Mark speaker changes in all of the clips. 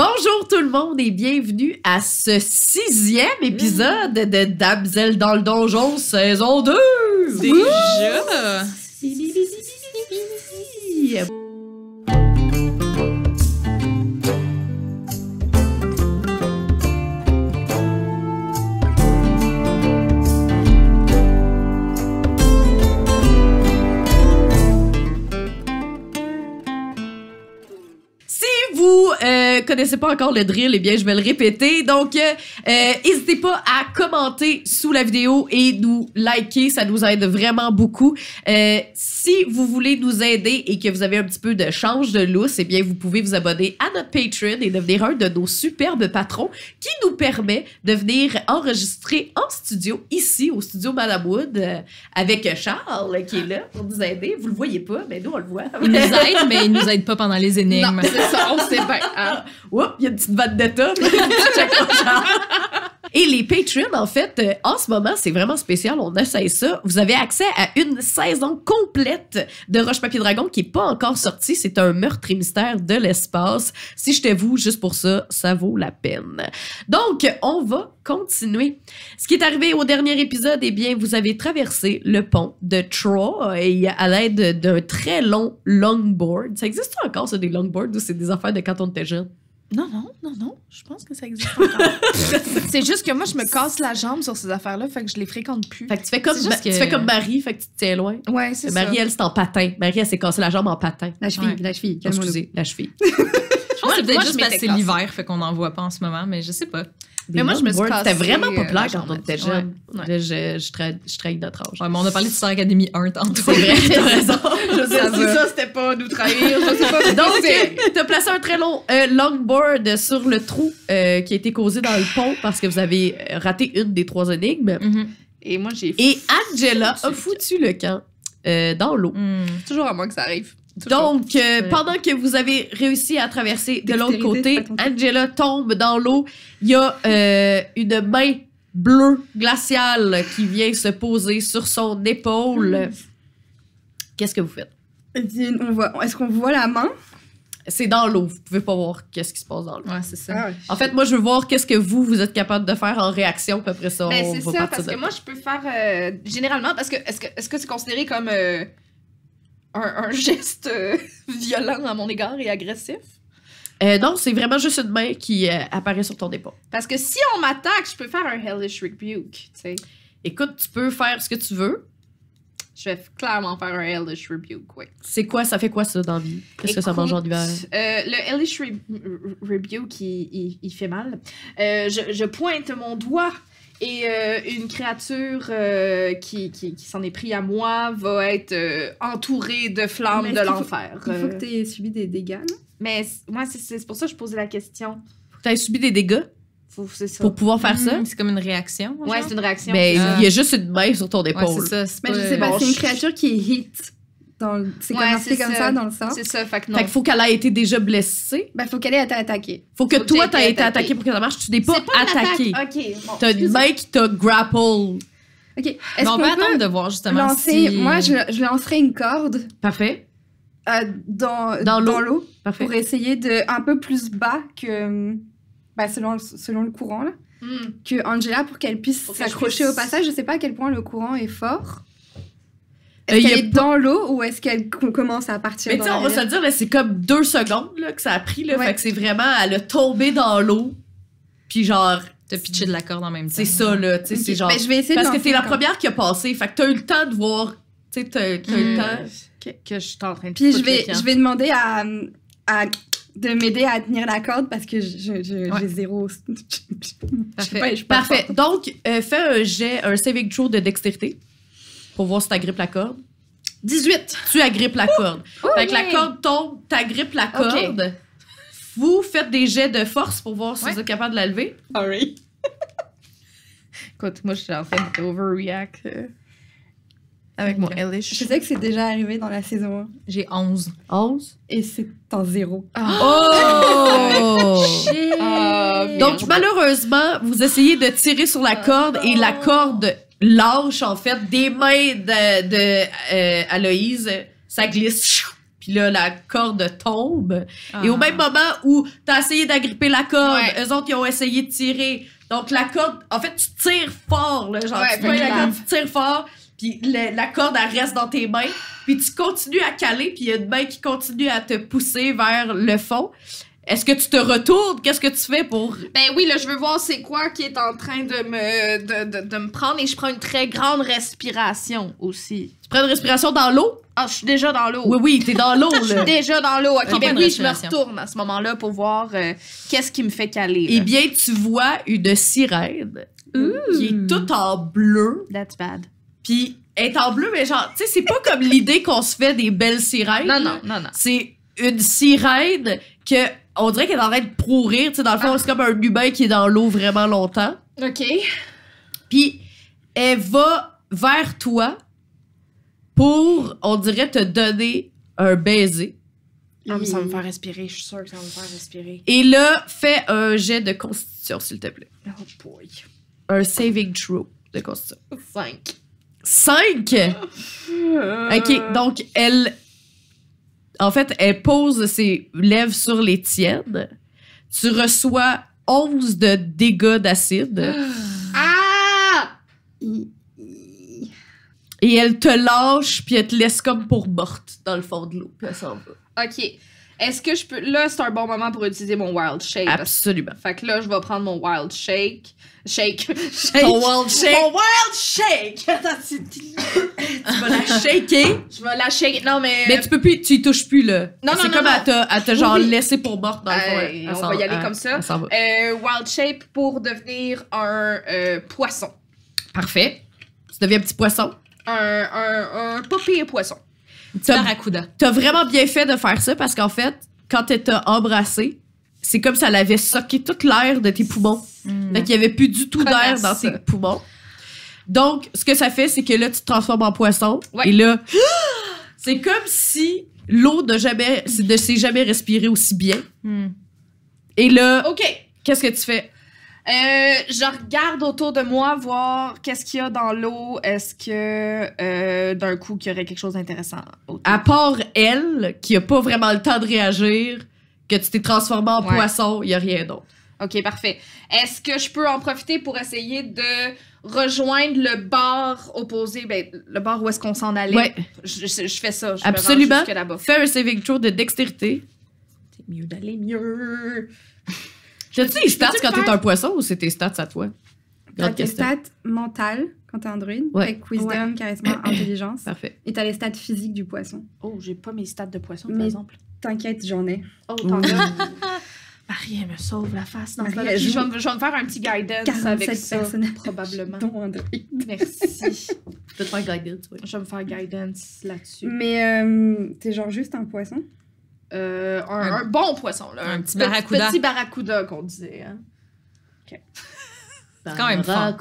Speaker 1: Bonjour tout le monde et bienvenue à ce sixième épisode de Damsel dans le donjon saison 2!
Speaker 2: Déjà?
Speaker 1: Si vous euh, connaissez pas encore le drill, eh bien je vais le répéter. Donc, euh, euh, n'hésitez pas à commenter sous la vidéo et nous liker, ça nous aide vraiment beaucoup. Euh, si vous voulez nous aider et que vous avez un petit peu de change de lousse, eh bien vous pouvez vous abonner à notre Patreon et devenir un de nos superbes patrons qui nous permet de venir enregistrer en studio ici au studio Madame Wood euh, avec Charles qui est là pour nous aider. Vous le voyez pas, mais nous on le voit.
Speaker 3: Il nous aide, mais il nous aide pas pendant les énigmes.
Speaker 2: C'est ça, on sait bien. Ah,
Speaker 1: Oups, il y a une petite batte de top. Et les Patreons, en fait, euh, en ce moment, c'est vraiment spécial. On essaie ça. Vous avez accès à une saison complète de Roche Papier Dragon qui n'est pas encore sortie. C'est un meurtre et mystère de l'espace. Si je vous, juste pour ça, ça vaut la peine. Donc, on va continuer. Ce qui est arrivé au dernier épisode, eh bien, vous avez traversé le pont de Troy à l'aide d'un très long longboard. Ça existe encore, ça, des longboards ou c'est des affaires de quand on était jeune?
Speaker 2: Non, non, non, non. Je pense que ça existe encore. c'est juste que moi, je me casse la jambe sur ces affaires-là, fait Eh ben, que je les fréquente plus.
Speaker 1: Fait que tu fais comme,
Speaker 3: C'est juste
Speaker 1: tu
Speaker 3: que-
Speaker 1: fais comme Marie, fait que tu te tiens loin.
Speaker 2: Ouais, c'est ça.
Speaker 1: Marie, elle, c'est en patin. Marie, elle s'est cassée la jambe en patin.
Speaker 4: La cheville,
Speaker 3: Ouais.
Speaker 4: la cheville.
Speaker 1: Oh,
Speaker 4: calme-nous.
Speaker 1: excusez, la cheville.
Speaker 3: Je pense que c'est
Speaker 2: Moi,
Speaker 3: peut-être
Speaker 2: je
Speaker 3: juste parce que
Speaker 2: m'étais
Speaker 3: c'est l'hiver, fait qu'on n'en voit pas en ce moment, mais je sais pas.
Speaker 1: Des
Speaker 2: Mais moi, je me suis
Speaker 1: longboards, C'était
Speaker 2: cassée,
Speaker 1: vraiment
Speaker 2: euh,
Speaker 1: populaire
Speaker 2: la
Speaker 1: quand
Speaker 2: jambe
Speaker 1: on était
Speaker 2: là-dessus.
Speaker 1: jeune.
Speaker 2: Ouais, ouais.
Speaker 1: Là, je, je, tra- je trahis notre âge.
Speaker 3: Ouais, mais on a parlé de Star Academy 1 tantôt.
Speaker 1: C'est vrai, t'as raison. Je sais
Speaker 2: Ça,
Speaker 1: pas.
Speaker 2: ça, c'était pas nous trahir. Je sais pas.
Speaker 1: Donc, euh, t'as placé un très long euh, longboard sur le trou euh, qui a été causé dans le pont parce que vous avez euh, raté une des trois
Speaker 2: Mm.
Speaker 1: énigmes.
Speaker 3: Mhm.
Speaker 2: Et moi, j'ai
Speaker 1: Et Angela a foutu le camp euh, dans l'eau.
Speaker 3: Mm.
Speaker 2: toujours à moi que ça arrive. Toujours.
Speaker 1: Donc, euh,
Speaker 4: Ouais.
Speaker 1: pendant que vous avez réussi à traverser de l'autre
Speaker 4: Dextérité,
Speaker 1: côté,
Speaker 4: c'est pas ton
Speaker 1: Angela tombe dans l'eau. Il y a euh, une main bleue glaciale qui vient se poser sur son
Speaker 2: Mm.
Speaker 1: épaule. Qu'est-ce que vous faites?
Speaker 4: Dis, on voit- Est-ce qu'on voit la main
Speaker 1: C'est dans l'eau. Vous pouvez pas voir qu'est-ce qui se passe dans l'eau.
Speaker 3: Ouais, c'est
Speaker 2: Ah.
Speaker 3: ça.
Speaker 1: En fait, moi, je veux voir qu'est-ce que vous, vous êtes capable de faire en réaction. puis après ça,
Speaker 2: Ben,
Speaker 1: on
Speaker 2: c'est
Speaker 1: va
Speaker 2: ça,
Speaker 1: partir
Speaker 2: parce
Speaker 1: de
Speaker 2: que moi, je peux faire. euh, généralement, parce que est-ce que est-ce que c'est considéré comme euh, un, un geste euh, violent à mon égard et agressif?
Speaker 1: Euh, non, c'est vraiment juste une main qui euh, apparaît sur ton épaule.
Speaker 2: Parce que si on m'attaque, je peux faire un hellish rebuke, tu sais.
Speaker 1: Écoute, tu peux faire ce que tu veux.
Speaker 2: Je vais clairement faire un hellish rebuke, oui.
Speaker 1: C'est quoi, ça fait quoi ça dans la vie? Qu'est-ce que ça mange en hiver?
Speaker 2: Euh, le hellish re- re- rebuke, il, il- il fait mal. Euh, je, je pointe mon doigt et euh, une créature euh, qui, qui- qui s'en est pris à moi va être euh, entourée de
Speaker 4: Mais
Speaker 2: flammes
Speaker 4: est-ce
Speaker 2: de
Speaker 4: qu'il faut-
Speaker 2: l'enfer.
Speaker 4: Il faut
Speaker 2: Euh,
Speaker 4: que tu aies subi des dégâts. non
Speaker 2: Mais c- moi, c'est- c'est pour ça que je posais la question.
Speaker 1: T'as subi des dégâts?
Speaker 2: Faut- C'est ça.
Speaker 1: pour pouvoir faire ça.
Speaker 3: Mm, C'est comme une réaction.
Speaker 2: Ouais,
Speaker 3: genre.
Speaker 2: c'est une réaction.
Speaker 1: Mais
Speaker 3: Ah.
Speaker 1: il y a juste une main sur ton
Speaker 3: Ouais,
Speaker 1: épaule.
Speaker 3: c'est ça. C'est
Speaker 4: Mais je
Speaker 3: pas-
Speaker 4: sais pas,
Speaker 2: bon,
Speaker 4: c'est une
Speaker 2: je-
Speaker 4: créature qui est hit. dans le- C'est
Speaker 2: Ouais,
Speaker 4: comme
Speaker 2: c'est
Speaker 4: marqué comme
Speaker 2: ça.
Speaker 4: ça dans le sang.
Speaker 2: C'est ça, fait que non.
Speaker 1: fait qu'il faut qu'elle ait été déjà blessée.
Speaker 4: Bah, faut qu'elle ait été attaquée.
Speaker 1: Faut que
Speaker 2: Faut que
Speaker 1: toi,
Speaker 2: j'ai
Speaker 1: t'aies
Speaker 2: été
Speaker 1: été attaqué
Speaker 2: attaquée.
Speaker 1: pour que ça marche. Tu n'es pas,
Speaker 2: C'est une attaque.
Speaker 1: attaqué.
Speaker 2: Ok, bon.
Speaker 1: T'as une main qui t'a grapple.
Speaker 4: Ok. Est-ce
Speaker 3: Mais on
Speaker 4: qu'on
Speaker 3: peut attendre
Speaker 4: peut
Speaker 3: de voir justement
Speaker 4: lancer
Speaker 3: si...
Speaker 4: Moi, je, je lancerai une corde
Speaker 1: Parfait.
Speaker 4: euh, dans,
Speaker 1: Dans l'eau.
Speaker 4: l'eau
Speaker 1: Parfait.
Speaker 4: pour essayer de un peu plus bas que euh, bah, selon selon le courant là,
Speaker 2: Hmm.
Speaker 4: que Angela pour qu'elle puisse
Speaker 2: Pour que je
Speaker 4: s'accrocher
Speaker 2: puisse-
Speaker 4: au passage. Je sais pas à quel point le courant est fort.
Speaker 1: Euh,
Speaker 4: Est-ce
Speaker 1: il y
Speaker 4: qu'elle
Speaker 1: a
Speaker 4: est dans l'eau ou est-ce qu'elle qu'on commence à partir
Speaker 1: Mais
Speaker 4: dans
Speaker 1: tu sais, on
Speaker 4: la
Speaker 1: va se le dire, là, c'est comme deux secondes là, que ça a pris. Là,
Speaker 4: Ouais.
Speaker 1: Fait que c'est vraiment, elle a tombé dans l'eau. Puis genre,
Speaker 3: T'as pitché de la corde en même temps.
Speaker 1: c'est ça, là. Tu sais,
Speaker 4: Ok,
Speaker 1: c'est genre.
Speaker 4: ben, je vais essayer
Speaker 1: parce
Speaker 4: de
Speaker 1: que
Speaker 4: lancer
Speaker 1: t'es la
Speaker 4: encore.
Speaker 1: première qui a passé. Fait que t'as eu le temps de voir. Tu sais, t'as t'as eu le
Speaker 3: Mm.
Speaker 1: temps.
Speaker 2: Que je suis en train de
Speaker 4: Puis je
Speaker 2: foutre le
Speaker 4: vais,
Speaker 2: camp.
Speaker 4: je vais demander à, à- de m'aider à tenir la corde parce que je, je- je-
Speaker 3: Ouais.
Speaker 4: j'ai zéro. je sais pas, je suis pas
Speaker 1: Parfait. Donc, euh, fais un jet, un saving throw de dextérité pour voir si t'agrippes la corde.
Speaker 2: 18.
Speaker 1: tu agrippes la corde.
Speaker 4: forte.
Speaker 1: fait que la
Speaker 4: Ouais.
Speaker 1: corde tombe, t'agrippes la
Speaker 2: Oh, Ok.
Speaker 1: corde. Vous faites des jets de force pour voir si
Speaker 3: Ouais.
Speaker 1: vous êtes capable de la lever.
Speaker 2: Sorry. Écoute, moi, je suis en train d'overreact euh, avec mon Elish.
Speaker 4: Je sais que c'est déjà arrivé dans la saison 1
Speaker 3: J'ai 11.
Speaker 1: 11.
Speaker 4: et c'est en zéro.
Speaker 1: Ah, Oh! Donc,
Speaker 2: Donc,
Speaker 1: malheureusement, vous essayez de tirer sur
Speaker 2: Oh
Speaker 1: la corde et la corde lâche, en fait, des mains de, de, euh, Aloïse. Ça glisse. chou, Puis Puis là, la corde tombe. Et au
Speaker 3: Ah.
Speaker 1: même moment où t'as essayé d'agripper la corde,
Speaker 2: Ouais.
Speaker 1: eux autres, ils ont essayé de tirer. Donc, la corde, en fait, tu tires fort, là. Genre,
Speaker 2: Ouais,
Speaker 1: tu
Speaker 2: fait
Speaker 1: prends
Speaker 2: que
Speaker 1: la
Speaker 2: la-
Speaker 1: corde, tu tires fort, puis le- la corde, elle reste dans tes mains. Puis tu continues à caler, puis il y a une main qui continue à te pousser vers le fond. Est-ce que tu te retournes? Qu'est-ce que tu fais pour...
Speaker 2: Ben oui, là, je veux voir c'est quoi qui est en train de me, de, de- de me prendre et je prends une très grande respiration aussi.
Speaker 1: Tu prends une respiration dans l'eau?
Speaker 2: Ah, je suis déjà dans l'eau.
Speaker 1: Oui, oui, t'es dans l'eau,
Speaker 2: Je suis
Speaker 1: là.
Speaker 2: déjà dans l'eau.
Speaker 3: Prends
Speaker 2: Ok,
Speaker 3: pas
Speaker 2: ben
Speaker 3: une
Speaker 2: oui, je me
Speaker 3: respiration.
Speaker 2: retourne à ce moment-là pour voir euh, qu'est-ce qui me fait caler.
Speaker 1: Eh
Speaker 2: là.
Speaker 1: bien, tu vois une sirène
Speaker 2: Mmh.
Speaker 1: qui est toute en bleu.
Speaker 2: That's bad.
Speaker 1: Puis elle est en bleu, mais genre, tu sais, c'est pas comme l'idée qu'on se fait des belles sirènes.
Speaker 2: Non,
Speaker 1: là.
Speaker 2: non, non, non.
Speaker 1: C'est une sirène que on dirait qu'elle est en train de pourrir. Tu sais, dans le fond,
Speaker 2: Ah.
Speaker 1: c'est comme un humain qui est dans l'eau vraiment longtemps.
Speaker 2: Ok.
Speaker 1: Puis elle va vers toi pour, on dirait, te donner un baiser.
Speaker 2: Ah, mais ça va me faire respirer. Je suis sûre que ça va me faire respirer.
Speaker 1: Et là, fais un jet de constitution, s'il te plaît.
Speaker 2: Oh boy.
Speaker 1: Un saving throw de constitution.
Speaker 2: 5.
Speaker 1: 5!
Speaker 2: Euh.
Speaker 1: OK, donc elle. En fait, elle pose ses lèvres sur les tiennes. Tu reçois 11 de dégâts d'acide
Speaker 2: Ah!
Speaker 1: et elle te lâche puis elle te laisse comme pour morte dans le fond de l'eau. Puis elle s'en va.
Speaker 2: Ok. Est-ce que je peux. Là, c'est un bon moment pour utiliser mon Wild Shake.
Speaker 1: Absolument.
Speaker 2: Fait que là, je vais prendre mon Wild Shake. Shake.
Speaker 1: Ton world shake,
Speaker 2: Mon Wild Shake! Attends, c'est-
Speaker 1: tu vas la shaker,
Speaker 2: Je vais la shake. Non, mais.
Speaker 1: mais tu peux plus, tu y touches plus là.
Speaker 2: Non, non,
Speaker 1: C'est
Speaker 2: non,
Speaker 1: comme
Speaker 2: non.
Speaker 1: à te, à te genre
Speaker 2: Oui, oui.
Speaker 1: laisser pour morte dans le fond.
Speaker 2: Hey,
Speaker 1: Elle
Speaker 2: on
Speaker 1: s'en
Speaker 2: va y aller
Speaker 1: elle-
Speaker 2: comme ça.
Speaker 1: elle s'en va.
Speaker 2: Euh, wild Shape pour devenir un euh, poisson.
Speaker 1: Parfait. Tu deviens petit poisson.
Speaker 2: Un, un, un pas pire poisson.
Speaker 3: Petit barracuda.
Speaker 1: T'as vraiment bien fait de faire ça parce qu'en fait, quand elle t'a embrassé, c'est comme si elle avait soqué toute l'air de tes poumons. Fait qu'il y avait plus du tout d'air
Speaker 2: Connasse.
Speaker 1: dans tes poumons. Donc, ce que ça fait, c'est que là, tu te transformes en poisson.
Speaker 2: Ouais.
Speaker 1: Et là, c'est comme si l'eau ne jamais, ne s'est jamais respirée aussi bien.
Speaker 3: Hmm.
Speaker 1: Et là,
Speaker 2: OK.
Speaker 1: qu'est-ce que tu fais?
Speaker 2: Euh, je regarde autour de moi, voir qu'est-ce qu'il y a dans l'eau. Est-ce que euh, d'un coup, qu'il y aurait quelque chose d'intéressant autour?
Speaker 1: À part elle, qui a pas vraiment le temps de réagir, que tu t'es transformé en
Speaker 2: Ouais.
Speaker 1: poisson, il y a rien d'autre.
Speaker 2: Ah, OK, parfait. Est-ce que je peux en profiter pour essayer de rejoindre le bar opposé, ben, le bar où est-ce qu'on s'en allait?
Speaker 1: Ouais.
Speaker 2: Je, je- je fais ça. Je me rends
Speaker 1: Absolument.
Speaker 2: jusque là-bas.
Speaker 1: Fais un saving throw de dextérité.
Speaker 2: C'est mieux d'aller mieux.
Speaker 1: T'as-tu des stats
Speaker 2: peux-tu
Speaker 1: quand
Speaker 2: le
Speaker 1: t'es un poisson ou c'est tes stats à toi?
Speaker 4: T'as
Speaker 1: Grande
Speaker 4: tes
Speaker 1: question.
Speaker 4: stats mentales quand t'es un druide.
Speaker 1: Ouais.
Speaker 4: Fait que wisdom, charisme, intelligence.
Speaker 1: Parfait.
Speaker 4: Et t'as les stats physiques du poisson.
Speaker 2: Oh, j'ai pas mes stats de poisson,
Speaker 4: Mais-
Speaker 2: par exemple.
Speaker 4: T'inquiète, j'en ai.
Speaker 2: Oh,
Speaker 1: Ouh.
Speaker 2: tant mieux. Marie, elle me sauve la face dans ce
Speaker 4: Marie,
Speaker 2: temps-là.
Speaker 4: elle
Speaker 2: Puis
Speaker 4: joue
Speaker 2: Je vais, me- je vais me faire un petit guidance
Speaker 4: 47
Speaker 2: avec ça,
Speaker 4: personnages.
Speaker 2: probablement.
Speaker 4: dont un druide.
Speaker 2: Merci.
Speaker 1: Je peux te faire guidance, oui.
Speaker 2: Je vais me faire guidance là-dessus.
Speaker 3: Mm.
Speaker 4: Mais euh, t'es genre juste un poisson.
Speaker 2: Euh, un,
Speaker 3: Un-
Speaker 2: un bon poisson, là.
Speaker 3: un petit barracuda.
Speaker 2: petit barracuda, qu'on disait. Hein.
Speaker 1: C'est
Speaker 3: quand même fort.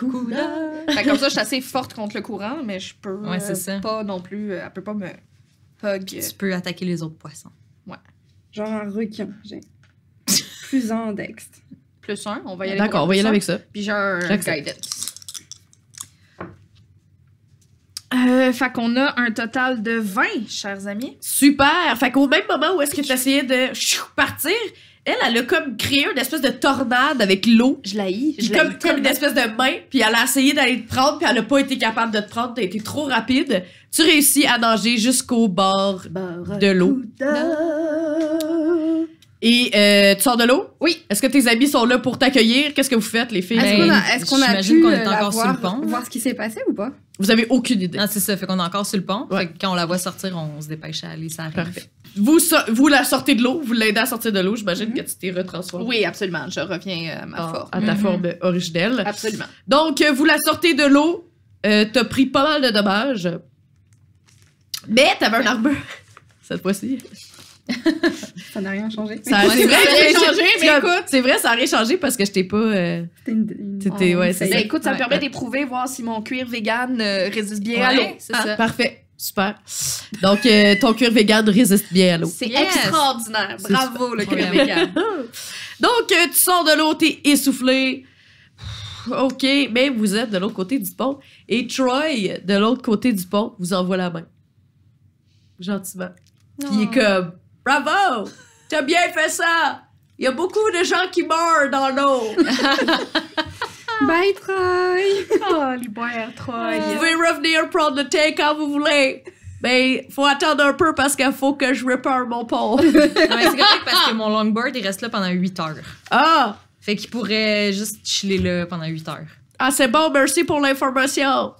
Speaker 2: Fait que comme ça, je suis assez forte contre le courant, mais je peux
Speaker 3: Ouais, c'est
Speaker 2: euh,
Speaker 3: ça.
Speaker 2: pas non plus... euh, Elle peut pas me hug.
Speaker 3: Tu peux attaquer les autres poissons.
Speaker 4: Genre un requin. J'ai plus un en dexte.
Speaker 2: Plus un, on va y aller.
Speaker 1: D'accord, on
Speaker 2: pour
Speaker 1: va y aller
Speaker 2: un
Speaker 1: avec ça.
Speaker 2: plus un, Puis j'ai un
Speaker 1: J'accepte.
Speaker 2: guidance. Euh, fait qu'on a un total de 20, chers amis.
Speaker 1: Super! Fait qu'au même moment où est-ce que tu essayais de chou, partir, elle, elle a comme créé une espèce de tornade avec l'eau.
Speaker 2: Je la hais.
Speaker 1: Puis
Speaker 2: Je la
Speaker 1: comme,
Speaker 2: hais
Speaker 1: comme une
Speaker 2: tellement.
Speaker 1: espèce de main, puis elle a essayé d'aller te prendre, puis elle a pas été capable de te prendre, t'as été trop rapide. Tu réussis à nager jusqu'au bord de l'eau. Et euh, tu sors de l'eau?
Speaker 2: Oui.
Speaker 1: Est-ce que tes amis sont là pour t'accueillir? Qu'est-ce que vous faites, les filles?
Speaker 4: Est-ce
Speaker 3: Ben,
Speaker 4: qu'on a, est-ce qu'on a
Speaker 3: j'imagine
Speaker 4: pu
Speaker 3: qu'on
Speaker 4: euh,
Speaker 3: est
Speaker 4: la
Speaker 3: encore sur le
Speaker 4: voir,
Speaker 3: pont.
Speaker 4: voir ce qui s'est passé ou pas
Speaker 1: Vous avez aucune idée.
Speaker 3: Non, c'est ça. Fait qu'on est encore sur le pont.
Speaker 1: Ouais.
Speaker 3: Fait que quand on la voit sortir, on se dépêche à aller. Ça arrive.
Speaker 1: Parfait. Vous, so- vous la sortez de l'eau, vous l'aidez à sortir de l'eau, j'imagine que tu t'es retransformé
Speaker 2: Oui, absolument. Je reviens euh, à ma
Speaker 1: en-
Speaker 2: forme.
Speaker 1: Ah. à ta
Speaker 3: Mhm.
Speaker 1: forme originelle.
Speaker 2: Absolument.
Speaker 1: Donc, euh, vous la sortez de l'eau, euh, t'as pris pas mal de dommages, mais t'avais un arbre. Cette fois-ci.
Speaker 4: Ça n'a rien changé.
Speaker 1: Ça
Speaker 3: Ouais,
Speaker 1: c'est
Speaker 3: ça
Speaker 2: a rien
Speaker 1: que-
Speaker 2: changé, mais
Speaker 1: c'est comme-
Speaker 2: écoute.
Speaker 1: C'est vrai, ça a rien changé parce que je t'ai pas. euh,
Speaker 4: C'était une- une-
Speaker 1: C'était- ouais,
Speaker 4: une-
Speaker 1: c'est
Speaker 2: Ben,
Speaker 1: ça.
Speaker 2: écoute, ça me
Speaker 1: Ouais.
Speaker 2: permet d'éprouver, voir si mon cuir vegan euh, résiste bien à l'eau.
Speaker 3: Ouais, c'est ça.
Speaker 1: Ah, Parfait. Super. Donc, euh, ton cuir vegan résiste bien à l'eau.
Speaker 2: C'est
Speaker 3: Yes.
Speaker 2: extraordinaire.
Speaker 1: C'est
Speaker 2: Bravo, le cuir
Speaker 3: Problème.
Speaker 2: vegan.
Speaker 1: Donc, euh, tu sors de l'eau, t'es essoufflé. OK, mais vous êtes de l'autre côté du pont. Et Troy, de l'autre côté du pont, vous envoie la main. Gentiment. Puis il est
Speaker 4: Ah.
Speaker 1: comme Bravo! T'as bien fait ça! Il y a beaucoup de gens qui meurent dans l'eau!
Speaker 4: Bye, Troy!
Speaker 2: Oh, les boires, Troy.
Speaker 1: Vous pouvez revenir prendre le thé quand vous voulez! Mais faut attendre un peu parce qu'il faut que je répare mon pont.
Speaker 3: Non, mais c'est correct parce que mon longboard, il reste là pendant 8 heures.
Speaker 1: Ah!
Speaker 3: Fait qu'il pourrait juste chiller là pendant 8 heures.
Speaker 1: Ah, c'est bon, merci pour l'information!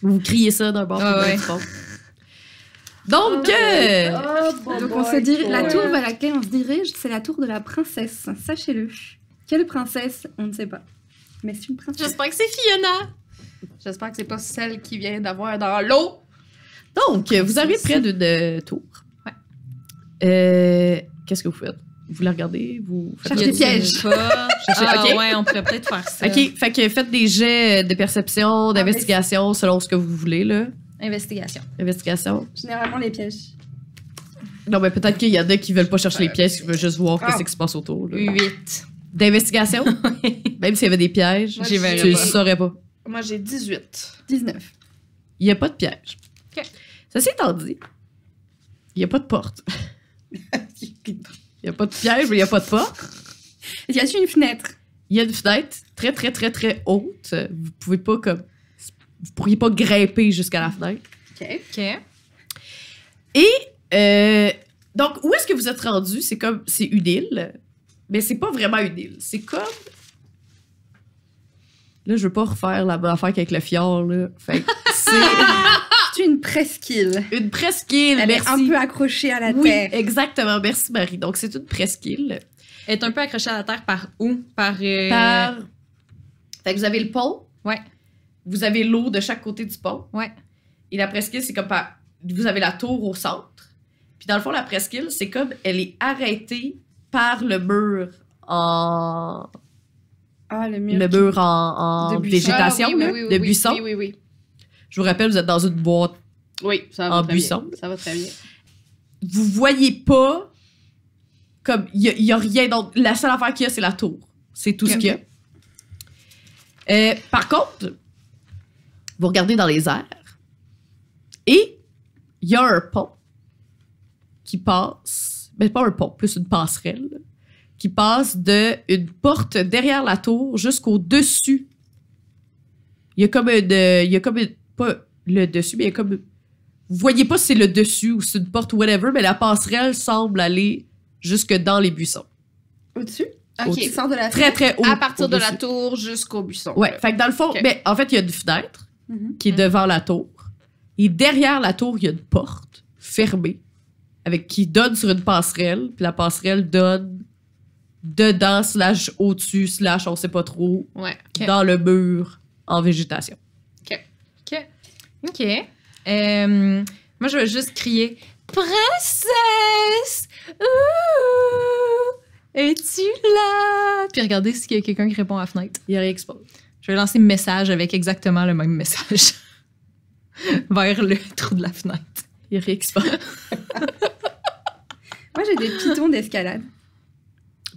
Speaker 1: Vous criez ça d'un bord
Speaker 3: Ah
Speaker 1: puis de
Speaker 3: ouais. Ah,
Speaker 1: l'autre bord. Donc, euh,
Speaker 2: Oh,
Speaker 4: Donc, on se dirige. La tour vers laquelle on se dirige, c'est la tour de la princesse. Sachez-le. Quelle princesse On ne sait pas. Mais c'est une princesse.
Speaker 3: que c'est Fiona.
Speaker 2: J'espère que c'est pas celle qui vient d'avoir dans l'eau.
Speaker 1: donc vous arrivez près d'une euh, tour. Euh, Qu'est-ce que vous faites? Vous la regardez? Vous faites
Speaker 4: Cherchez
Speaker 1: un-
Speaker 4: des pièges.
Speaker 3: Ah,
Speaker 1: Ok.
Speaker 3: ouais, on pourrait peut-être faire ça.
Speaker 1: OK, fait que faites des jets de
Speaker 4: Ah,
Speaker 1: perception, d'investigation, selon ce que vous voulez, là.
Speaker 3: Investigation.
Speaker 1: Investigation.
Speaker 4: Généralement, les pièges.
Speaker 1: Non, mais peut-être qu'il y en a qui veulent pas chercher les pièges, qui veulent juste voir
Speaker 2: Ah.
Speaker 1: qu'est-ce qui se passe autour, là.
Speaker 3: 8.
Speaker 1: D'investigation? Même s'il y avait des pièges,
Speaker 2: Moi,
Speaker 1: tu
Speaker 2: j'ai-
Speaker 1: le saurais pas.
Speaker 2: Moi, j'ai 18.
Speaker 4: 19.
Speaker 1: Il y a pas de piège.
Speaker 3: OK.
Speaker 1: Ceci étant dit, il y a pas de porte. Il y a pas de piège, mais il y a pas de porte.
Speaker 4: Y a-t-il une fenêtre
Speaker 1: Il y a une fenêtre très, très, très, très haute. Vous pouvez pas, comme... Vous pourriez pas grimper jusqu'à la fenêtre.
Speaker 2: OK.
Speaker 3: OK.
Speaker 1: Euh, donc, où est-ce que vous êtes rendu? C'est comme, c'est une île, mais c'est pas vraiment une île. C'est comme. Là, je veux pas refaire la même affaire qu'avec le fjord, là. Fait que c'est
Speaker 4: Ah. C'est une presqu'île.
Speaker 1: une presqu'île.
Speaker 4: Elle
Speaker 1: merci.
Speaker 4: est un peu accrochée à la
Speaker 1: oui,
Speaker 4: terre.
Speaker 1: exactement. Merci, Marie. Donc, c'est une presqu'île.
Speaker 3: Elle est un peu accrochée à la terre par où? Par... euh,
Speaker 1: Par. Fait que vous avez le pont.
Speaker 3: Ouais.
Speaker 1: Vous avez l'eau de chaque côté du pont.
Speaker 3: Ouais.
Speaker 1: Et la presqu'île, c'est comme par. Vous avez la tour au centre. Puis dans le fond, la presqu'île, c'est comme elle est arrêtée par le mur en.
Speaker 4: Ah, le mur.
Speaker 1: Le
Speaker 4: qui-
Speaker 1: mur en, en
Speaker 4: De buisson.
Speaker 1: végétation,
Speaker 2: Ah oui,
Speaker 1: là,
Speaker 2: oui, oui,
Speaker 1: de
Speaker 2: oui,
Speaker 1: buisson.
Speaker 2: Oui, oui, oui.
Speaker 1: Je vous rappelle, vous êtes dans une boîte.
Speaker 2: Oui, ça va
Speaker 1: En
Speaker 2: très
Speaker 1: buisson.
Speaker 2: bien. Ça va très bien.
Speaker 1: Vous voyez pas. Comme. Il y a- il y a, rien d'autre. La seule affaire qu'il y a, c'est la tour. C'est tout ce qu'il y a. Euh, par contre, vous regardez dans les airs et il y a un pont qui passe, mais pas un pont, plus une passerelle, qui passe de une porte derrière la tour jusqu'au dessus. Il y a comme une, euh, il y a comme une- pas le dessus, mais il y a comme vous voyez pas si c'est le dessus ou si c'est une porte ou whatever, mais la passerelle semble aller jusque dans les buissons.
Speaker 4: Au-dessus
Speaker 2: OK.
Speaker 4: Qui sort de la
Speaker 1: Très très haut.
Speaker 2: à partir de la
Speaker 1: au-dessus.
Speaker 2: tour jusqu'au buisson.
Speaker 1: Ouais, fait que dans le fond,
Speaker 2: Ok.
Speaker 1: mais en fait, il y a une fenêtre
Speaker 4: Mhm.
Speaker 1: qui est devant la tour. Et derrière la tour, il y a une porte fermée avec qui donne sur une passerelle. Puis la passerelle donne dedans, slash au-dessus, slash on sait pas trop,
Speaker 2: Ouais.
Speaker 3: Ok.
Speaker 1: dans le mur en végétation.
Speaker 3: OK. Euh, moi, je veux juste crier « Princesse! Ouh! Es-tu là? » Puis regarder s'il y a quelqu'un qui répond à la fenêtre.
Speaker 1: Il y a rien qui se passe.
Speaker 3: Je vais lancer message avec exactement le même message vers le trou de la fenêtre.
Speaker 1: Il y a rien qui se passe.
Speaker 4: Moi, j'ai des pitons d'escalade.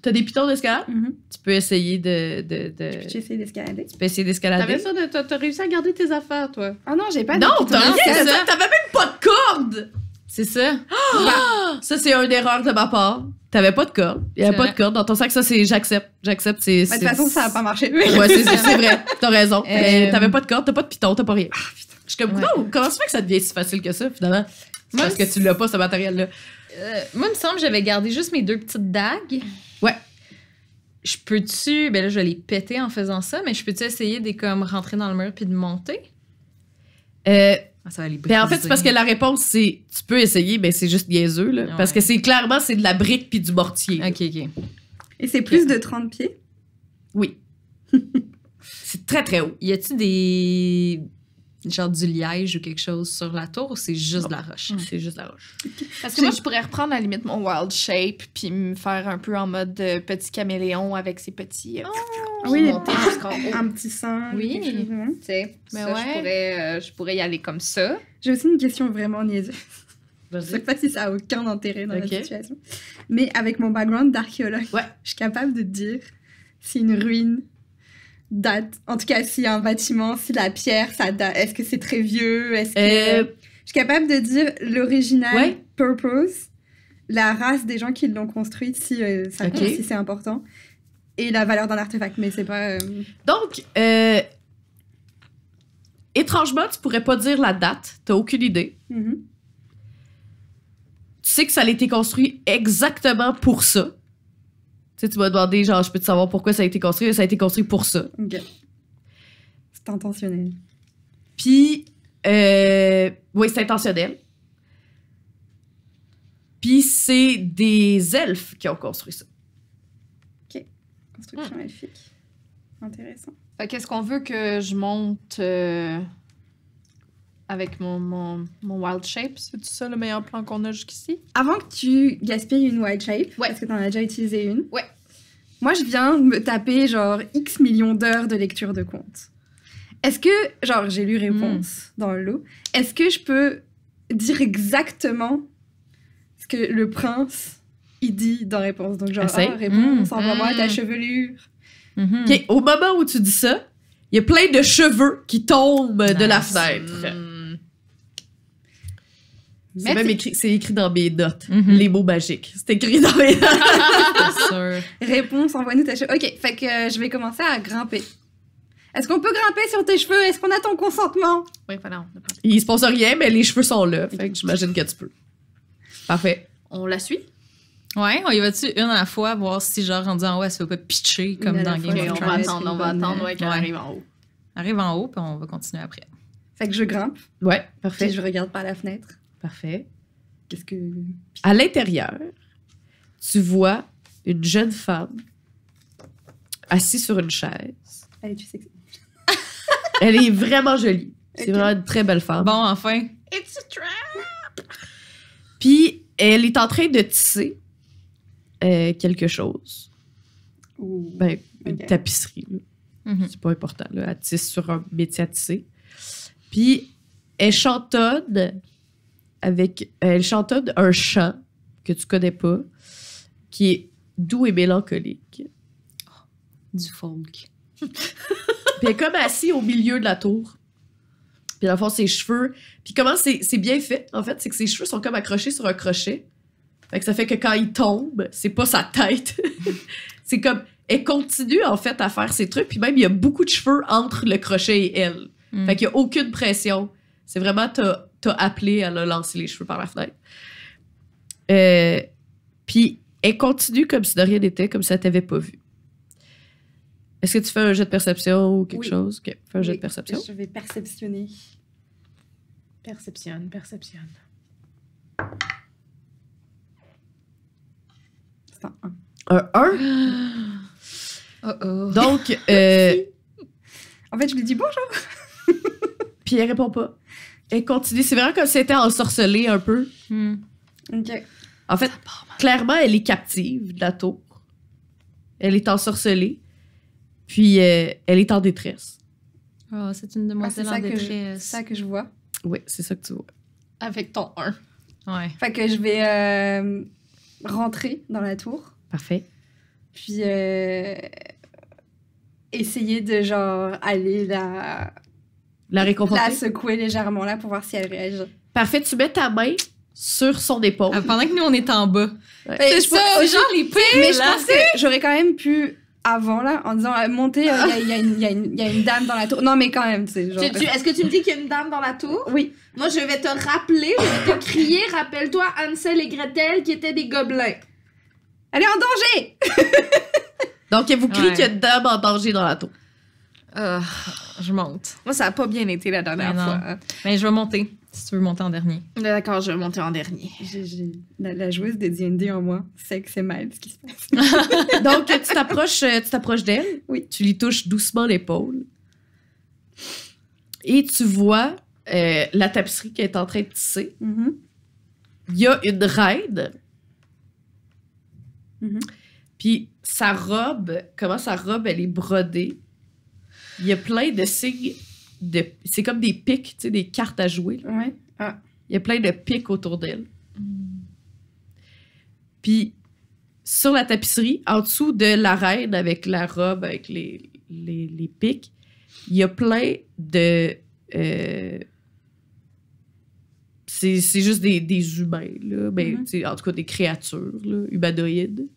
Speaker 1: T'as des pitons d'escalade?
Speaker 4: Mhm.
Speaker 1: Tu peux essayer de. de, de-
Speaker 4: J'ai essayé d'escalader.
Speaker 1: Tu peux essayer
Speaker 2: T'avais
Speaker 1: d'escalader.
Speaker 2: ça de. T'as t'as réussi à garder tes affaires, toi.
Speaker 4: Ah non, j'ai pas de
Speaker 1: Non,
Speaker 4: pitons
Speaker 1: t'as rien,
Speaker 4: d'escalade.
Speaker 1: t'as- t'avais même pas de corde! Oh!
Speaker 3: C'est ça? Bah,
Speaker 1: Ça, c'est une erreur de ma part. T'avais pas de corde. Il y avait
Speaker 3: C'est
Speaker 1: pas
Speaker 3: vrai.
Speaker 1: de corde. Dans ton sac, ça, c'est j'accepte. J'accepte, c'est.
Speaker 4: Bah,
Speaker 1: c'est-
Speaker 4: De toute façon, ça a pas marché.
Speaker 1: Ouais, c'est- c'est c'est vrai. T'as raison. Mais
Speaker 3: Euh, Ah,
Speaker 1: T'avais pas de corde, t'as pas de piton, t'as pas rien. Je suis comme,
Speaker 3: Ouais.
Speaker 1: non, comment ça fait que ça devient si facile que ça, finalement? C'est
Speaker 3: Moi,
Speaker 1: parce que tu l'as pas, ce matériel-là.
Speaker 3: Euh, moi, il me semble que j'avais gardé juste mes deux petites dagues.
Speaker 1: Ouais.
Speaker 3: Je peux-tu... Ben là, je vais les péter en faisant ça, mais je peux-tu essayer de comme, rentrer dans le mur puis de monter?
Speaker 1: Euh,
Speaker 3: Ah, ça va les
Speaker 1: ben, en fait, c'est
Speaker 3: briser.
Speaker 1: parce que la réponse, c'est tu peux essayer, mais c'est juste niaiseux, là.
Speaker 3: Ouais.
Speaker 1: Parce que c'est clairement, c'est de la brique puis du mortier.
Speaker 3: OK, OK.
Speaker 4: Et c'est plus de 30 pieds.
Speaker 1: Oui. c'est très, très haut.
Speaker 3: Y a-tu des... genre du liège ou quelque chose sur la tour ou c'est juste
Speaker 1: Non. Mm.
Speaker 3: de la roche?
Speaker 1: C'est juste la roche.
Speaker 2: Parce que moi, je pourrais reprendre à la limite mon wild shape puis me faire un peu en mode euh, petit caméléon avec ses petits.
Speaker 3: Ah!
Speaker 2: euh, puis
Speaker 4: Oui.
Speaker 2: monter jusqu'en haut.
Speaker 4: Un petit singe.
Speaker 3: Oui.
Speaker 4: quelque chose de même.
Speaker 2: Tu sais,
Speaker 3: Mais
Speaker 2: ça, je,
Speaker 3: ouais.
Speaker 2: pourrais, euh, je pourrais y aller comme ça.
Speaker 4: J'ai aussi une question vraiment niaiseuse. Je sais
Speaker 1: Vas-y.
Speaker 4: pas si ça a aucun intérêt dans
Speaker 1: Ok.
Speaker 4: la situation. Mais avec mon background d'archéologue,
Speaker 1: Ouais.
Speaker 4: je suis capable de dire si une ruine date. En tout cas, s'il y a un bâtiment, si la pierre, ça date. Est-ce que c'est très vieux Est-ce que.
Speaker 1: Euh,
Speaker 4: Je suis capable de dire l'original
Speaker 1: Ouais.
Speaker 4: purpose, la race des gens qui l'ont construite, si, euh, ça compte,
Speaker 1: Ok.
Speaker 4: si c'est important, et la valeur d'un artefact. Mais c'est pas. euh,
Speaker 1: Donc, euh, étrangement, tu pourrais pas dire la date. T'as aucune idée.
Speaker 4: mhm.
Speaker 1: Tu sais que ça a été construit exactement pour ça. Tu sais, tu m'as demandé, genre, je peux te savoir pourquoi ça a été construit. Ça a été construit pour ça.
Speaker 4: Ok. C'est intentionnel.
Speaker 1: Puis, euh, oui, c'est intentionnel. Puis, c'est des elfes qui ont construit ça.
Speaker 2: Hmm.
Speaker 4: Construction elfique. Intéressant.
Speaker 2: Fait qu'est-ce qu'on veut que je monte euh, avec mon, mon, mon wild shape? C'est ça le meilleur plan qu'on a jusqu'ici?
Speaker 4: Avant que tu gaspilles une wide shape,
Speaker 2: Ouais.
Speaker 4: parce que t'en as déjà utilisé une.
Speaker 2: Ouais.
Speaker 4: Moi, je viens de me taper genre X millions d'heures de lecture de compte. Est-ce que, genre, j'ai lu réponse
Speaker 2: Hmm.
Speaker 4: dans le lot. Est-ce que je peux dire exactement ce que le prince il dit dans réponse Donc, genre,
Speaker 1: Essaye.
Speaker 4: ah, réponse,
Speaker 3: Mm.
Speaker 4: envoie-moi ta
Speaker 2: Mm.
Speaker 4: chevelure.
Speaker 3: Mhm.
Speaker 1: OK, au moment où tu dis ça, il y a plein de cheveux qui tombent de la
Speaker 3: Nice.
Speaker 1: fenêtre.
Speaker 2: Hmm.
Speaker 1: C'est
Speaker 2: Mais
Speaker 1: même
Speaker 2: c'est-
Speaker 1: écrit, c'est écrit dans mes notes.
Speaker 3: Mhm. Ah!
Speaker 1: Les mots magiques. C'est écrit dans mes notes.
Speaker 3: C'est sûr.
Speaker 4: Réponse, envoie-nous ta chevelure. Ok, fait que euh, je vais commencer à grimper. Est-ce qu'on peut grimper sur tes cheveux Est-ce qu'on a ton consentement
Speaker 2: Oui, voilà, on, a pas-
Speaker 1: Il se passe rien, mais les cheveux sont là. Fait que j'imagine que tu peux. Parfait.
Speaker 2: on la suit?
Speaker 3: Ouais, on y va dessus une à la fois, voir si, genre, rendu en haut, elle se fait pas pitcher
Speaker 4: Une
Speaker 3: comme
Speaker 4: à
Speaker 3: dans
Speaker 4: la
Speaker 3: Game
Speaker 4: fois,
Speaker 2: Ok,
Speaker 4: Ouais,
Speaker 3: of
Speaker 2: on
Speaker 3: Thrones.
Speaker 2: va
Speaker 4: Travis,
Speaker 2: attendre, on
Speaker 4: une
Speaker 2: va
Speaker 4: bonne
Speaker 2: attendre
Speaker 4: idée.
Speaker 2: ouais, qu'elle
Speaker 3: Ouais.
Speaker 2: arrive en haut.
Speaker 3: Arrive en haut, puis on va continuer après.
Speaker 4: Fait que je grimpe,
Speaker 1: Ouais,
Speaker 4: puis
Speaker 1: parfait.
Speaker 4: je regarde par la fenêtre.
Speaker 1: Parfait.
Speaker 4: Qu'est-ce que.
Speaker 1: À l'intérieur, tu vois une jeune femme assise sur une chaise.
Speaker 4: Allez, tu sais que
Speaker 1: Elle est vraiment jolie. C'est
Speaker 4: Ok.
Speaker 1: vraiment une très belle femme.
Speaker 3: Bon, enfin.
Speaker 2: It's a trap!
Speaker 1: Puis elle est en train de tisser euh, quelque chose.
Speaker 4: Ouh.
Speaker 1: Ben, une
Speaker 4: Ok.
Speaker 1: tapisserie. là.
Speaker 3: Mhm.
Speaker 1: C'est pas important. Là. Elle tisse sur un métier à tisser. Puis elle chantonne avec. euh, Elle chantonne un chant que tu connais pas, qui est doux et mélancolique.
Speaker 4: Oh,
Speaker 3: Du folk.
Speaker 1: Puis elle est comme assise au milieu de la tour. Puis dans le fond, ses cheveux. Puis comment c'est c'est bien fait, en fait, c'est que ses cheveux sont comme accrochés sur un crochet. Fait que ça fait que quand il tombe, c'est pas sa tête. c'est comme. Elle continue, en fait, à faire ses trucs. Puis même, il y a beaucoup de cheveux entre le crochet et elle.
Speaker 3: Mm.
Speaker 1: Fait qu'il y a aucune pression. C'est vraiment, t'as t'as appelé, elle a lancé les cheveux par la fenêtre. Euh, Puis elle continue comme si de rien n'était, comme si elle t'avait pas vu. Est-ce que tu fais un jet de perception ou quelque
Speaker 4: Oui.
Speaker 1: chose? Ok, fais un jet
Speaker 4: Oui,
Speaker 1: de perception.
Speaker 4: Je vais perceptionner.
Speaker 2: Perceptionne, perceptionne.
Speaker 4: C'est un un.
Speaker 1: Un 1.
Speaker 3: Oh oh.
Speaker 1: Donc, euh,
Speaker 4: En fait, je lui dis bonjour.
Speaker 1: puis elle répond pas. Elle continue. C'est vraiment comme si elle était ensorcelée un peu.
Speaker 3: Mm.
Speaker 4: Ok.
Speaker 1: En fait, clairement, elle est captive de la tour. Elle est ensorcelée. Puis euh, elle est en détresse.
Speaker 3: Oh, c'est une
Speaker 4: Ah, c'est
Speaker 3: demoiselle en
Speaker 4: ça, que je- c'est
Speaker 3: détresse.
Speaker 4: ça que je vois.
Speaker 1: Oui, c'est ça que tu vois.
Speaker 2: Avec ton 1.
Speaker 3: Ouais.
Speaker 4: Fait que je vais euh, rentrer dans la tour,
Speaker 1: Parfait.
Speaker 4: puis euh, essayer de genre aller la,
Speaker 1: La réconforter.
Speaker 4: la secouer légèrement là pour voir si elle réagit.
Speaker 1: Parfait, tu mets ta main sur son épaule.
Speaker 3: Ah, pendant que nous, on est en bas.
Speaker 4: Oh. Mais
Speaker 3: C'est ça, c'est genre les pires,
Speaker 4: mais je
Speaker 3: là.
Speaker 4: pense que j'aurais quand même pu avant là en disant euh, montez, euh, il y a- il y, a une- il y a une- il y a une dame dans la tour. Non mais quand même, tu sais genre.
Speaker 2: Est-ce que tu me dis qu'il y a une dame dans la tour?
Speaker 4: Oui,
Speaker 2: Moi, je vais te rappeler, je vais te crier, rappelle-toi Hansel et Gretel qui étaient des gobelins.
Speaker 4: elle est en danger.
Speaker 1: Donc, elle vous crie
Speaker 3: Ouais.
Speaker 1: qu'il y a une dame en danger dans la tour.
Speaker 3: Ah, je monte.
Speaker 2: Moi, ça a pas bien été la dernière
Speaker 3: Mais non.
Speaker 2: fois. hein.
Speaker 3: Mais je vais monter, si tu veux monter en dernier.
Speaker 2: D'accord, je vais monter en dernier.
Speaker 4: J'ai- j'ai- La, la joueuse des D&D en moi sait que c'est mal ce qui se passe.
Speaker 1: Donc, tu t'approches, euh, tu t'approches d'elle.
Speaker 4: Oui.
Speaker 1: Tu lui touches doucement l'épaule. Et tu vois euh, la tapisserie qu'elle est en train de tisser.
Speaker 4: Mhm.
Speaker 1: Il y a une reine.
Speaker 4: Mhm.
Speaker 1: Puis sa robe, comment sa robe, elle est brodée. Il y a plein de signes. De, c'est comme des pics, tu sais, des cartes à jouer. là.
Speaker 4: Ouais. Ah.
Speaker 1: Il y a plein de pics autour d'elle.
Speaker 2: Mm.
Speaker 1: Puis sur la tapisserie, en dessous de la reine avec la robe, avec les, les, les pics, il y a plein de. euh, c'est c'est juste des, des humains, là. Ben,
Speaker 2: Mm-hmm.
Speaker 3: Mhm.
Speaker 1: tu sais, en tout cas, des créatures, là, humanoïdes,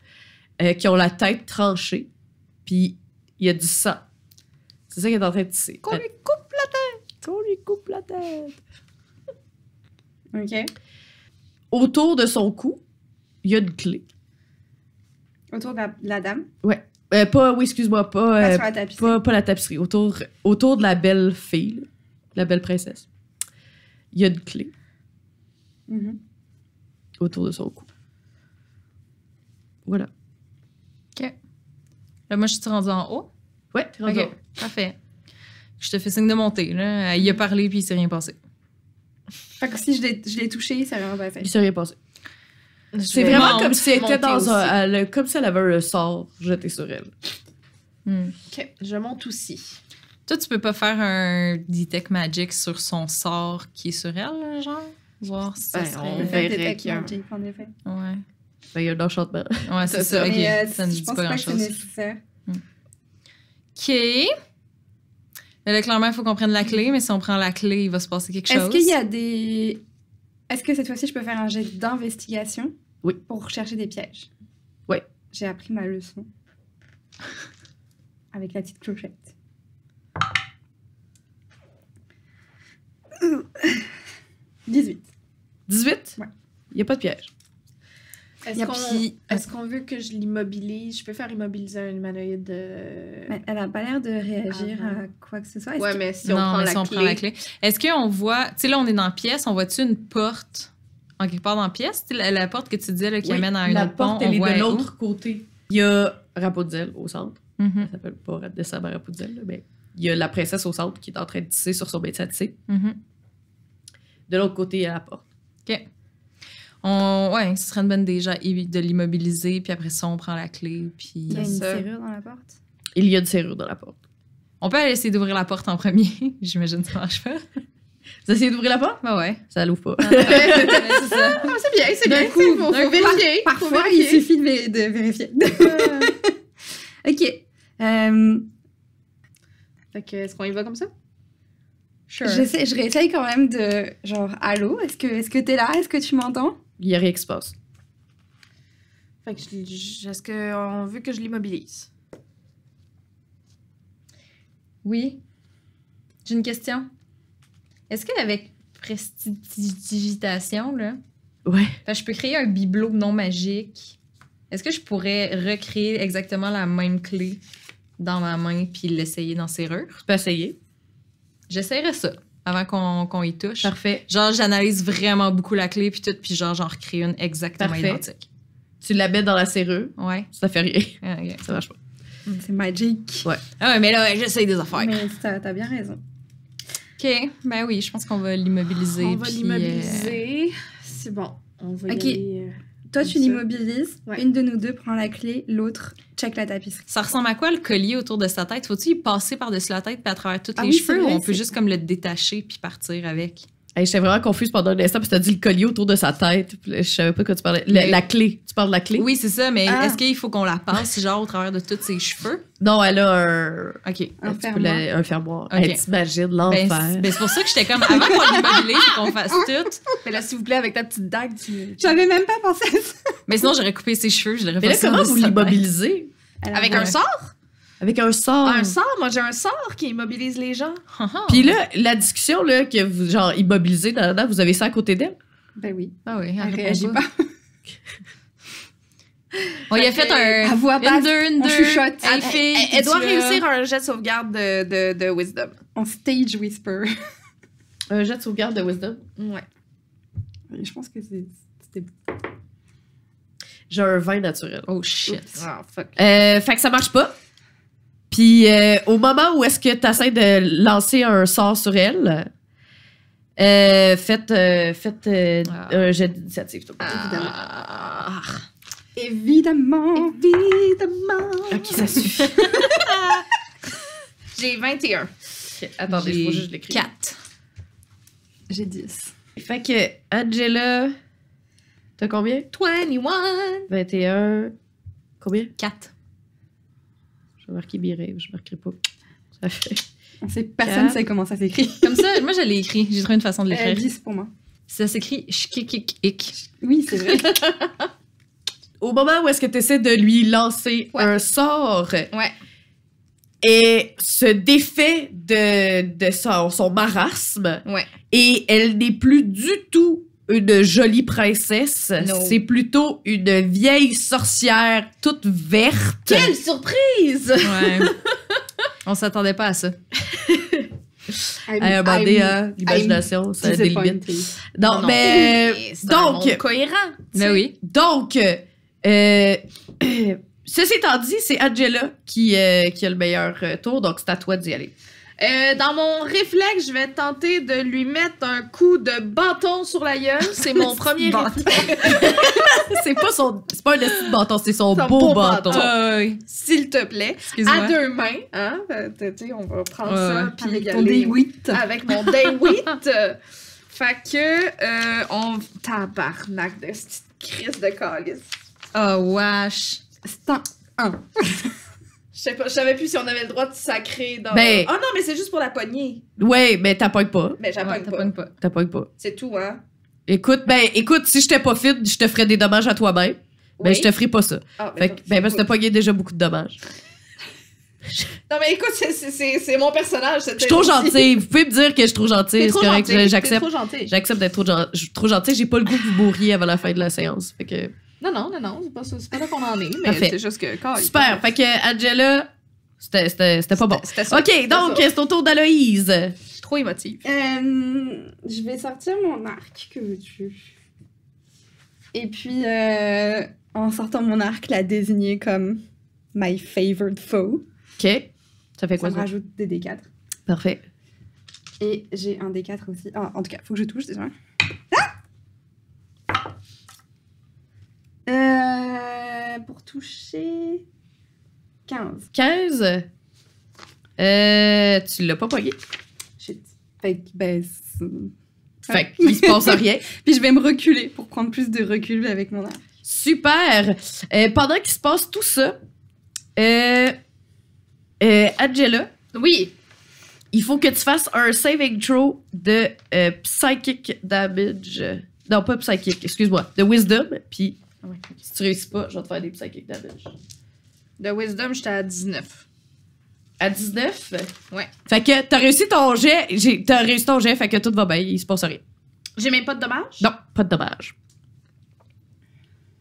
Speaker 1: euh, qui ont la tête tranchée, puis il y a du sang. C'est ça qui est en train de tisser.
Speaker 2: Qu'on lui coupe la tête! Qu'on lui coupe la tête!
Speaker 4: Ok.
Speaker 1: Autour de son cou, il y a une clé.
Speaker 4: Autour de la, de la dame.
Speaker 1: Euh, pas, oui, excuse-moi, pas,
Speaker 4: Pas
Speaker 1: euh,
Speaker 4: sur la tapisserie.
Speaker 1: pas, pas la tapisserie, autour, autour de la belle fille, là, la belle princesse. Il y a une clé
Speaker 4: Mhm.
Speaker 1: autour de son cou. Voilà.
Speaker 3: Là, moi, je suis rendue en haut.
Speaker 1: Ouais, t'es rendu
Speaker 3: Ok, parfait. Je te fais signe de monter. Là. Euh, Il a parlé, puis il s'est rien passé.
Speaker 4: Fait que si je l'ai- je l'ai touché, ça va rien passer.
Speaker 1: Il s'est rien passé.
Speaker 3: Je
Speaker 1: C'est
Speaker 3: vais
Speaker 1: vraiment
Speaker 3: monter,
Speaker 1: comme si elle était
Speaker 3: monter
Speaker 1: dans
Speaker 3: aussi.
Speaker 1: un. elle- comme si elle avait un sort jeté sur elle.
Speaker 3: Hmm.
Speaker 2: Ok, je monte aussi.
Speaker 3: Toi, tu peux pas faire un Detect Magic sur son sort qui est sur elle, là, genre? Voir si ça
Speaker 1: Ben,
Speaker 3: serait...
Speaker 1: on
Speaker 4: Fait que
Speaker 2: verrait
Speaker 4: détecte
Speaker 2: qu'il y a un-
Speaker 4: magic, en effet.
Speaker 3: Ouais,
Speaker 1: Ben, il y a un enchantement.
Speaker 3: ouais c'est
Speaker 2: C'est
Speaker 3: ça.
Speaker 2: ça.
Speaker 3: ok.
Speaker 4: Mais euh,
Speaker 3: ça ne
Speaker 4: je
Speaker 3: dit
Speaker 4: pense
Speaker 3: pas
Speaker 4: pas que c'est
Speaker 3: grand-chose.
Speaker 4: nécessaire.
Speaker 3: OK. Mais là, clairement, il faut qu'on prenne la clé, mais si on prend la clé, il va se passer quelque chose.
Speaker 4: Est-ce qu'il y a des. Est-ce que cette fois-ci, je peux faire un jet d'investigation
Speaker 1: Oui.
Speaker 4: pour chercher des pièges
Speaker 1: Ouais.
Speaker 4: J'ai appris ma leçon. Avec la petite clochette. Ouh. 18.
Speaker 1: 18?
Speaker 4: Ouais.
Speaker 1: Il n'y a pas de piège.
Speaker 4: Y
Speaker 2: Est-ce
Speaker 4: a
Speaker 2: qu'on
Speaker 3: Puis,
Speaker 2: est-ce qu'on veut que je l'immobilise? Je peux faire immobiliser un humanoïde. euh,
Speaker 4: Mais Elle a pas l'air de réagir
Speaker 2: Ah,
Speaker 4: à quoi que ce soit. Est-ce
Speaker 2: Ouais,
Speaker 4: que-
Speaker 2: mais si on,
Speaker 3: non,
Speaker 2: prend,
Speaker 3: mais
Speaker 2: la
Speaker 3: si on
Speaker 2: clé,
Speaker 3: prend la clé. Est-ce qu'on voit... Tu sais, là, on est dans la pièce. On voit-tu une porte en quelque part dans la pièce? Tu sais, La, la porte que tu disais là, qui
Speaker 1: Oui,
Speaker 3: amène à un
Speaker 1: La
Speaker 3: autre
Speaker 1: porte,
Speaker 3: pont,
Speaker 1: elle
Speaker 3: on voit
Speaker 1: est de
Speaker 3: où?
Speaker 1: l'autre côté. Il y a Rapunzel au centre.
Speaker 3: Mhm,
Speaker 1: Elle s'appelle pas Ra- nécessairement Rapunzel, là, mais il y a la princesse au centre qui est en train de tisser sur son métier à tisser.
Speaker 3: mhm.
Speaker 1: De l'autre côté, il y a la porte.
Speaker 3: On, ouais, ce serait une bonne déjà évi- de l'immobiliser, puis après ça, on prend la clé, puis...
Speaker 4: Il y a une
Speaker 2: Yes, sir.
Speaker 4: serrure dans la porte.
Speaker 1: Il y a une serrure dans la porte.
Speaker 3: On peut aller essayer d'ouvrir la porte en premier. J'imagine que ça marche pas.
Speaker 1: Vous essayez d'ouvrir la porte?
Speaker 3: Bah ouais.
Speaker 1: Ça l'ouvre pas.
Speaker 3: c'est ça.
Speaker 2: Ah, c'est bien, c'est
Speaker 4: D'un
Speaker 2: bien.
Speaker 4: coup,
Speaker 2: c'est bon,
Speaker 4: d'un
Speaker 2: faut
Speaker 4: coup, par-
Speaker 2: vérifier. faut
Speaker 4: Parfois, il
Speaker 2: vérifier.
Speaker 4: suffit de, vé- de vérifier. ok. Euh,
Speaker 2: Fait que, est-ce qu'on y va comme ça?
Speaker 3: Sure.
Speaker 4: J'essaie- je réessaye quand même de genre allô, est-ce que est-ce que t'es là, est-ce que tu m'entends
Speaker 1: Il n'y a rien qui se passe.
Speaker 2: Fait que, je- je- est-ce qu'on veut que je l'immobilise?
Speaker 3: Oui. J'ai une question. Est-ce qu'avec prestidigitation, là,
Speaker 1: Ouais.
Speaker 3: fait que je peux créer un bibelot non magique? Est-ce que je pourrais recréer exactement la même clé dans ma main puis l'essayer dans serrure?
Speaker 1: Tu peux essayer.
Speaker 3: J'essaierai ça avant qu'on qu'on y touche.
Speaker 1: Parfait.
Speaker 3: Genre, j'analyse vraiment beaucoup la clé puis tout, puis genre, j'en recrée une exactement
Speaker 1: Parfait.
Speaker 3: identique.
Speaker 1: Tu la mets dans la serrure.
Speaker 3: Ouais.
Speaker 1: Ça fait rien.
Speaker 3: Ah, ok.
Speaker 1: Ça marche pas.
Speaker 4: C'est magic.
Speaker 3: Ah ouais, mais là, j'essaye des affaires.
Speaker 4: Mais t'as t'as bien raison.
Speaker 3: OK, ben oui, je pense qu'on va l'immobiliser.
Speaker 2: On va
Speaker 3: puis, euh,
Speaker 2: l'immobiliser. C'est bon. On va
Speaker 4: Ok.
Speaker 2: y aller. euh,
Speaker 4: Toi
Speaker 2: Comme
Speaker 4: tu
Speaker 2: ça.
Speaker 4: l'immobilises,
Speaker 2: Ouais.
Speaker 4: une de nous deux prend la clé, l'autre check la tapisserie.
Speaker 3: Ça ressemble à quoi le collier autour de sa tête? Faut-tu y passer par-dessus la tête puis à travers tous
Speaker 4: Ah
Speaker 3: les
Speaker 4: oui,
Speaker 3: cheveux
Speaker 4: c'est
Speaker 3: ou
Speaker 4: vrai,
Speaker 3: on peut
Speaker 4: c'est-
Speaker 3: juste comme le détacher puis partir avec?
Speaker 1: Hey, J'étais vraiment confuse pendant un instant parce que t'as dit le collier autour de sa tête. Puis là, je savais pas de quoi tu parlais. Le-
Speaker 3: Mais-
Speaker 1: La clé. Tu parles de la clé?
Speaker 3: Oui, c'est ça, mais
Speaker 4: Ah.
Speaker 3: est-ce qu'il faut qu'on la passe genre au travers de tous ses cheveux?
Speaker 1: Non, elle a un.
Speaker 3: OK.
Speaker 4: Un
Speaker 1: tu peux
Speaker 4: fermoir.
Speaker 1: la- un fermoir.
Speaker 3: Ok.
Speaker 1: Hey, T'imagines
Speaker 3: Ben,
Speaker 1: l'enfer.
Speaker 3: c'est ben, c'est pour ça que j'étais comme avant qu'on l'immobilise faut qu'on fasse tout.
Speaker 2: Mais là, s'il vous plaît, avec ta petite dague, tu.
Speaker 4: J'avais même pas pensé à ça.
Speaker 3: Mais sinon, j'aurais coupé ses cheveux, je l'aurais
Speaker 1: mais là,
Speaker 3: passé
Speaker 1: comment vous
Speaker 3: par-dessus sa tête.
Speaker 1: l'immobilisez?
Speaker 4: Alors,
Speaker 2: Avec
Speaker 4: ouais.
Speaker 2: un sort?
Speaker 1: Avec un sort.
Speaker 2: Un sort? Moi, j'ai un sort qui immobilise les gens.
Speaker 3: Ah, ah.
Speaker 1: Puis là, la discussion là, que vous, genre, immobilisez, nan, nan, nan, vous avez ça à côté d'elle?
Speaker 4: Ben oui.
Speaker 3: Ah oui,
Speaker 4: Elle
Speaker 3: répond
Speaker 4: réagit pas.
Speaker 3: On y a fait
Speaker 4: À
Speaker 3: un. Euh,
Speaker 4: voix
Speaker 3: Une,
Speaker 4: basse,
Speaker 3: deux, une,
Speaker 4: on
Speaker 3: deux.
Speaker 4: chuchote.
Speaker 3: Hey,
Speaker 4: Elle-
Speaker 3: fille,
Speaker 2: Elle, elle
Speaker 3: t'es-tu
Speaker 2: doit
Speaker 3: là?
Speaker 2: réussir un jet de sauvegarde de, de, de Wisdom.
Speaker 4: on stage whisper.
Speaker 1: Un jet de sauvegarde de Wisdom.
Speaker 2: Ouais.
Speaker 4: Je pense que c'est c'était
Speaker 1: J'ai un vin naturel.
Speaker 3: Oh shit.
Speaker 2: Oh, fuck.
Speaker 1: Euh, fait que ça marche pas. Puis euh, au moment où est-ce que tu essaies de lancer un sort sur elle, euh, faites, euh, faites euh,
Speaker 3: Ah.
Speaker 1: un jet d'initiative. s'il te plaît.
Speaker 4: évidemment.
Speaker 2: Ah.
Speaker 4: Évidemment.
Speaker 2: Évidemment.
Speaker 1: Ah, Ok, ça suffit.
Speaker 2: J'ai 21.
Speaker 1: Ok, Attendez, il faut juste l'écrire.
Speaker 3: 4.
Speaker 4: J'ai 10.
Speaker 1: Fait que Angela, t'as combien?
Speaker 2: 21.
Speaker 1: 21. Combien?
Speaker 3: 4.
Speaker 1: Je vais marquer mes rêves, je marquerai pas. Ça fait.
Speaker 4: On sait personne
Speaker 1: Quatre.
Speaker 4: sait comment ça s'écrit.
Speaker 3: Comme ça, moi, je l'ai écrit. J'ai trouvé une façon de
Speaker 4: Euh,
Speaker 3: l'écrire.
Speaker 4: 10 pour moi.
Speaker 3: Ça s'écrit Shkikikik.
Speaker 4: Oui, c'est vrai.
Speaker 1: Au moment où est-ce que tu essaies de lui lancer
Speaker 4: Ouais.
Speaker 1: un sort,
Speaker 4: Ouais.
Speaker 1: et se défait de, de son, son marasme,
Speaker 4: Ouais.
Speaker 1: et elle n'est plus du tout une jolie princesse,
Speaker 4: Non.
Speaker 1: c'est plutôt une vieille sorcière toute verte.
Speaker 2: Quelle surprise!
Speaker 3: Ouais. On s'attendait pas à ça.
Speaker 2: I'm-
Speaker 1: À un moment donné,
Speaker 2: I'm
Speaker 1: hein, l'imagination, ça a des limites.
Speaker 2: disappointed.
Speaker 1: Non,
Speaker 3: Non,
Speaker 1: mais.
Speaker 4: c'est
Speaker 1: donc-
Speaker 4: un monde cohérent. tu sais.
Speaker 3: Euh, Ben oui.
Speaker 1: Donc, euh, ceci étant dit, c'est Angela qui, euh, qui a le meilleur euh, tour, donc c'est à toi d'y aller.
Speaker 2: Euh, dans mon réflexe, je vais tenter de lui mettre un coup de bâton sur la gueule. C'est mon premier
Speaker 4: Bon.
Speaker 2: réflexe.
Speaker 1: c'est pas son. C'est pas un esti de bâton, c'est son
Speaker 2: Son
Speaker 1: beau,
Speaker 2: beau
Speaker 1: bâton.
Speaker 3: Ah,
Speaker 2: bâton.
Speaker 3: oui.
Speaker 2: S'il te plaît. À
Speaker 3: Excuse-moi.
Speaker 2: deux mains, hein? Euh, Tu sais, on va prendre
Speaker 3: Ouais,
Speaker 2: ça.
Speaker 3: ouais.
Speaker 2: puis y
Speaker 4: ton
Speaker 2: aller.
Speaker 4: day huit.
Speaker 2: Avec mon day 8. fait que, euh, on. Tabarnak de cette crise de calice.
Speaker 3: Oh, wesh.
Speaker 4: C'est un
Speaker 2: Je sais pas, je savais plus si on avait le droit de sacrer dans.
Speaker 1: Ben-
Speaker 2: Oh non, mais c'est juste pour la poignée.
Speaker 1: Ouais, mais t'appognes pas.
Speaker 2: Mais j'appogne
Speaker 3: Ouais,
Speaker 2: pas.
Speaker 3: t'appognes pas.
Speaker 1: T'appognes pas.
Speaker 2: C'est tout, hein?
Speaker 1: Écoute, ben, écoute, si j'étais pas fine, je te ferais des dommages à toi-même. Ben, je te ferais pas ça.
Speaker 2: Ah, ben,
Speaker 1: Fait que, ben, parce que t'as pogné déjà beaucoup de dommages.
Speaker 2: Non, mais écoute, c'est- c'est- c'est c'est mon personnage.
Speaker 1: Je suis trop gentille. Vous pouvez me dire que je suis trop gentille.
Speaker 2: C'est
Speaker 1: C'est
Speaker 2: trop
Speaker 1: correct,
Speaker 2: gentil.
Speaker 1: j'accepte.
Speaker 2: T'es trop gentil.
Speaker 1: J'accepte d'être trop, gen- je suis trop gentille. J'ai pas le goût que vous mourriez avant la fin de la séance. Fait que.
Speaker 2: Non, non, non, non, c'est pas, ça- c'est pas là qu'on en est, mais
Speaker 1: Parfait.
Speaker 2: c'est juste que. Quand
Speaker 1: Super. Fait que, Angela, c'était- c'était c'était pas bon.
Speaker 2: C'était ça.
Speaker 1: Ok, donc,
Speaker 2: ça.
Speaker 1: c'est au tour d'Aloïse.
Speaker 2: Je suis trop émotive.
Speaker 4: Euh, je vais sortir mon arc, que veux-tu Et puis, euh, en sortant mon arc, la désigner comme my favorite foe.
Speaker 1: Ok. Ça fait
Speaker 4: Ça
Speaker 1: quoi
Speaker 4: me
Speaker 1: ça?
Speaker 4: rajoute des D4.
Speaker 1: Parfait.
Speaker 4: Et j'ai un D4 aussi. Ah, en tout cas, faut que je touche déjà. Ah Euh, pour toucher 15.
Speaker 1: 15. Euh, tu l'as pas pogné.
Speaker 4: Shit. Fait que, ben, c'est-
Speaker 1: Fait qu'il se passe rien.
Speaker 4: Puis je vais me reculer pour prendre plus de recul avec mon arc.
Speaker 1: Super! Euh, pendant qu'il se passe tout ça, euh, euh, Angela,
Speaker 2: Oui.
Speaker 1: il faut que tu fasses un saving throw de euh, psychic damage. Non, pas psychic, excuse-moi, de wisdom. Puis
Speaker 3: Ouais, ok.
Speaker 1: si tu réussis pas, je vais te faire des psychic damage.
Speaker 2: De Wisdom, j'étais à 19.
Speaker 1: À 19?
Speaker 2: Ouais.
Speaker 1: Fait que t'as réussi ton jet, j'ai- t'as réussi ton jet, fait que tout va bien, il se passe rien.
Speaker 2: J'ai même pas de dommages.
Speaker 1: Non, pas de dommage.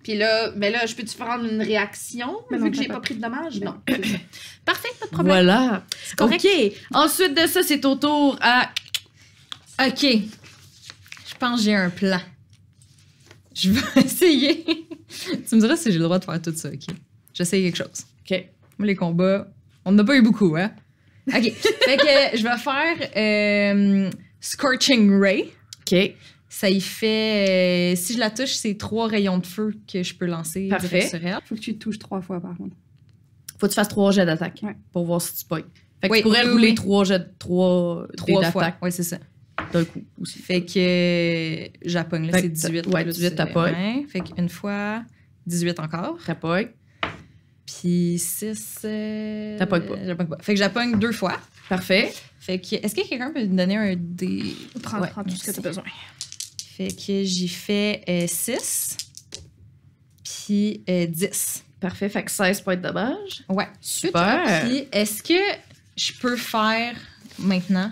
Speaker 2: Puis là, mais là, je peux-tu prendre une réaction
Speaker 4: Mais
Speaker 2: vu
Speaker 4: non,
Speaker 2: que
Speaker 4: t'as
Speaker 2: j'ai
Speaker 4: pas.
Speaker 2: Ben pas pris de dommages?
Speaker 4: Mais
Speaker 2: Non. c'est ça. Parfait, pas de problème.
Speaker 1: Voilà.
Speaker 2: C'est correct.
Speaker 1: OK. Ensuite de ça, c'est au tour à.
Speaker 3: OK. Je pense que j'ai un plan. Je vais essayer. tu me diras si j'ai le droit de faire tout ça, OK? J'essaye quelque chose.
Speaker 1: OK.
Speaker 3: Moi, les combats, on n'en a pas eu beaucoup, hein? OK. fait que euh, je vais faire euh, Scorching Ray.
Speaker 1: OK.
Speaker 3: Ça y fait... euh, si je la touche, c'est trois rayons de feu que je peux lancer
Speaker 1: Parfait.
Speaker 3: direct sur elle.
Speaker 4: Faut que tu te touches trois fois par contre.
Speaker 1: faut que tu fasses trois jets d'attaque
Speaker 4: Ouais.
Speaker 1: pour voir si tu pognes. Fait que
Speaker 3: Oui,
Speaker 1: tu pourrais
Speaker 3: oui,
Speaker 1: rouler
Speaker 3: oui.
Speaker 1: trois jets de trois, dés
Speaker 3: Trois fois.
Speaker 1: d'attaque
Speaker 3: Oui, c'est ça.
Speaker 1: d'un coup aussi.
Speaker 3: Fait que euh, j'appogne, là,
Speaker 1: Fait
Speaker 3: c'est
Speaker 1: que
Speaker 3: 18.
Speaker 1: t'as- ouais,
Speaker 3: plus,
Speaker 1: 18,
Speaker 3: euh,
Speaker 1: t'appognes.
Speaker 3: ouais. Fait qu'une fois, 18 encore.
Speaker 1: T'as pognes.
Speaker 3: Puis 6. Euh,
Speaker 1: T'appognes pas.
Speaker 3: j'appogne pas. Fait que j'appogne deux fois.
Speaker 1: Parfait.
Speaker 3: Fait que, est-ce que quelqu'un peut me donner un dé?
Speaker 2: Prends,
Speaker 3: Ouais,
Speaker 2: prends tout ce que
Speaker 3: merci.
Speaker 2: t'as besoin.
Speaker 3: Fait que j'y fais 6. Puis 10.
Speaker 1: Parfait. Fait que 16 points de dommage.
Speaker 3: Ouais.
Speaker 1: Super.
Speaker 3: Puis est-ce que je peux faire maintenant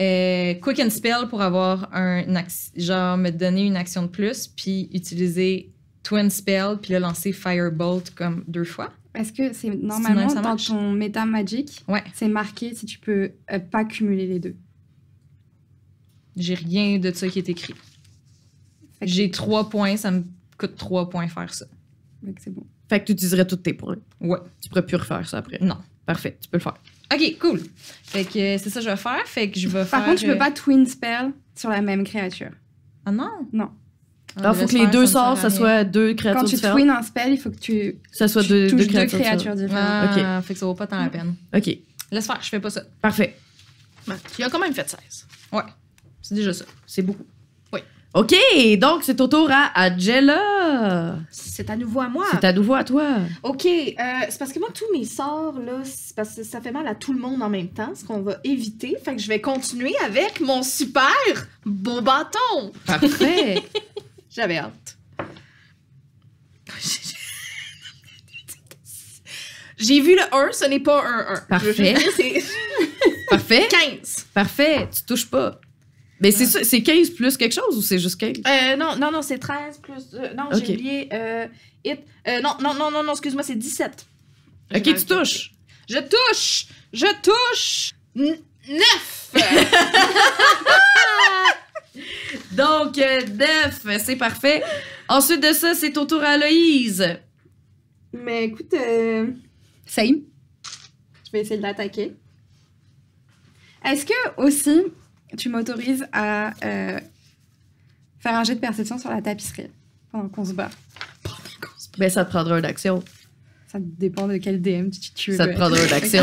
Speaker 3: euh, Quick and Spell pour avoir un action, genre me donner une action de plus, puis utiliser Twin Spell, puis le lancer Firebolt comme deux fois?
Speaker 4: Est-ce que c'est
Speaker 3: même
Speaker 4: normalement
Speaker 3: ça
Speaker 4: dans
Speaker 3: marche.
Speaker 4: ton méta magique,
Speaker 3: Ouais.
Speaker 4: c'est marqué si tu peux euh, pas cumuler les deux.
Speaker 3: J'ai rien de ça qui est écrit.
Speaker 4: Fait que-
Speaker 3: J'ai trois points, ça me coûte trois points faire ça.
Speaker 4: Fait que c'est bon.
Speaker 1: Fait que tu utiliserais tous tes points.
Speaker 3: Ouais.
Speaker 1: Tu pourrais plus refaire ça après.
Speaker 3: Non.
Speaker 1: Parfait. Tu peux le faire.
Speaker 3: Ok, cool. Fait que euh, c'est ça que je vais faire. Fait que je vais faire.
Speaker 4: Par contre, tu peux
Speaker 3: euh,
Speaker 4: pas twin spell sur la même créature.
Speaker 3: Ah non? Ah,
Speaker 4: Non.
Speaker 1: Alors, faut que les deux sorts, ça soit deux créatures
Speaker 4: Quand tu
Speaker 1: différentes.
Speaker 4: twin un spell, il faut que tu,
Speaker 1: Ça soit
Speaker 4: tu
Speaker 1: deux,
Speaker 4: touches
Speaker 1: deux
Speaker 4: deux
Speaker 1: créatures.
Speaker 4: créatures,
Speaker 1: différentes.
Speaker 4: différentes.
Speaker 3: Ah, fait que ça vaut pas tant la peine.
Speaker 1: OK.
Speaker 3: Laisse faire, je fais pas ça.
Speaker 1: Parfait.
Speaker 2: Tu as quand même fait 16.
Speaker 3: C'est déjà ça.
Speaker 1: C'est beaucoup.
Speaker 2: Oui.
Speaker 1: OK, donc c'est au tour à Angela.
Speaker 2: C'est à nouveau à moi.
Speaker 1: C'est à nouveau à toi.
Speaker 2: Ok, euh, c'est parce que moi, tous mes sorts, là, c'est parce que ça fait mal à tout le monde en même temps, ce qu'on va éviter. Fait que je vais continuer avec mon super beau bâton.
Speaker 1: Parfait.
Speaker 2: J'avais hâte. J'ai vu le 1, ce n'est pas un 1.
Speaker 1: Parfait.
Speaker 2: Je veux juste dire, c'est
Speaker 1: Parfait.
Speaker 2: 15.
Speaker 1: Parfait. Tu touches pas. Mais c'est
Speaker 4: Ah.
Speaker 1: ça, c'est 15 plus quelque chose ou c'est juste 15?
Speaker 2: Euh, non, non, non, c'est 13 plus. euh, non,
Speaker 1: Ok.
Speaker 2: j'ai oublié. Euh, hit. Euh, non, non, non, non, non, excuse-moi, c'est 17.
Speaker 1: OK,
Speaker 2: J'ai
Speaker 1: tu touches.
Speaker 2: Je touche! Je touche! 9!
Speaker 1: Donc, 9, c'est parfait. Ensuite de ça, c'est au tour à Aloïse.
Speaker 2: Mais écoute, euh,
Speaker 4: Same.
Speaker 2: je vais essayer de l'attaquer.
Speaker 4: Est-ce que aussi tu m'autorises à euh, faire un jet de perception sur la tapisserie pendant qu'on se bat
Speaker 1: Ben, ça te prendra une action.
Speaker 4: Ça dépend de quel DM tu, tu veux.
Speaker 1: Ça te prendra une action.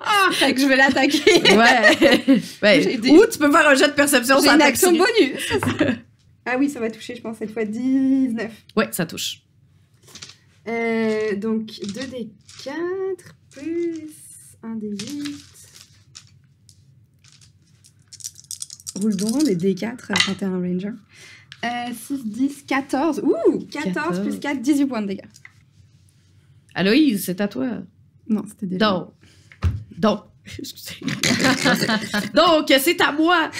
Speaker 4: Ah, Fait que je vais l'attaquer.
Speaker 1: ouais.
Speaker 4: J'ai
Speaker 1: ouais.
Speaker 4: des-
Speaker 1: Ou tu peux faire un jet de perception
Speaker 4: J'ai
Speaker 1: sans
Speaker 4: une action
Speaker 1: taxer.
Speaker 4: bonus. ah oui, ça va toucher, je pense, cette fois 19.
Speaker 1: Ouais, ça touche.
Speaker 4: Euh, donc 2d4 plus 1d8. Roule donc des d4 quand t'es un ranger. Euh, 6, 10, 14. Ouh 14,
Speaker 1: 14.
Speaker 4: plus 4, 18 points de dégâts.
Speaker 1: Aloïse, c'est à toi.
Speaker 4: Non, c'était déjà.
Speaker 1: Donc. Donc. excusez. Donc, c'est à moi.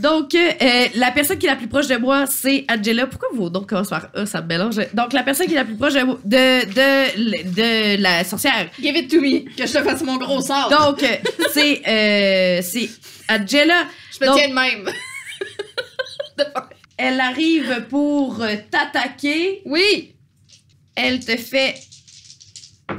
Speaker 1: Donc, euh, la personne qui est la plus proche de moi, c'est Angela. Pourquoi vos noms commencent par A, ça me mélange. Donc, la personne qui est la plus proche de, moi- de, de, de la sorcière.
Speaker 2: Give it to me, que je te fasse mon gros sort.
Speaker 1: Donc, euh, c'est euh, c'est Angela.
Speaker 2: je me
Speaker 1: donc-
Speaker 2: tiens de même.
Speaker 1: Elle arrive pour euh, t'attaquer.
Speaker 2: oui!
Speaker 1: elle te fait.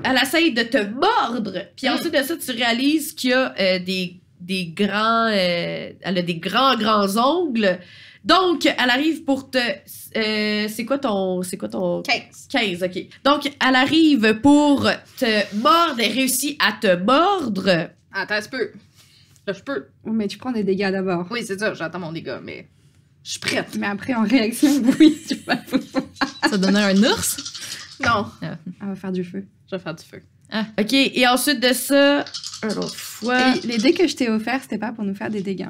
Speaker 1: Elle essaye de te mordre. Puis
Speaker 3: Hmm.
Speaker 2: Mm.
Speaker 1: ensuite de ça, tu réalises qu'il y a euh, des, des grands. euh, elle a des grands, grands ongles. Donc, elle arrive pour te. euh, c'est quoi ton. C'est quoi ton.
Speaker 2: 15.
Speaker 1: 15, ok. Donc, elle arrive pour te mordre. Elle réussit à te mordre.
Speaker 2: Attends, un petit peu. Là, je peux.
Speaker 4: Oh, mais tu prends des dégâts d'abord.
Speaker 2: Oui, c'est ça, j'attends mon dégât, mais je suis prête.
Speaker 4: Mais après, en réaction, oui, tu vas
Speaker 3: Ça donnait un ours?
Speaker 2: Non,
Speaker 4: On va faire du feu.
Speaker 2: je vais faire du feu.
Speaker 1: Ok, et ensuite de ça. Une autre fois.
Speaker 4: Et les dés que je t'ai offerts, c'était pas pour nous faire des dégâts.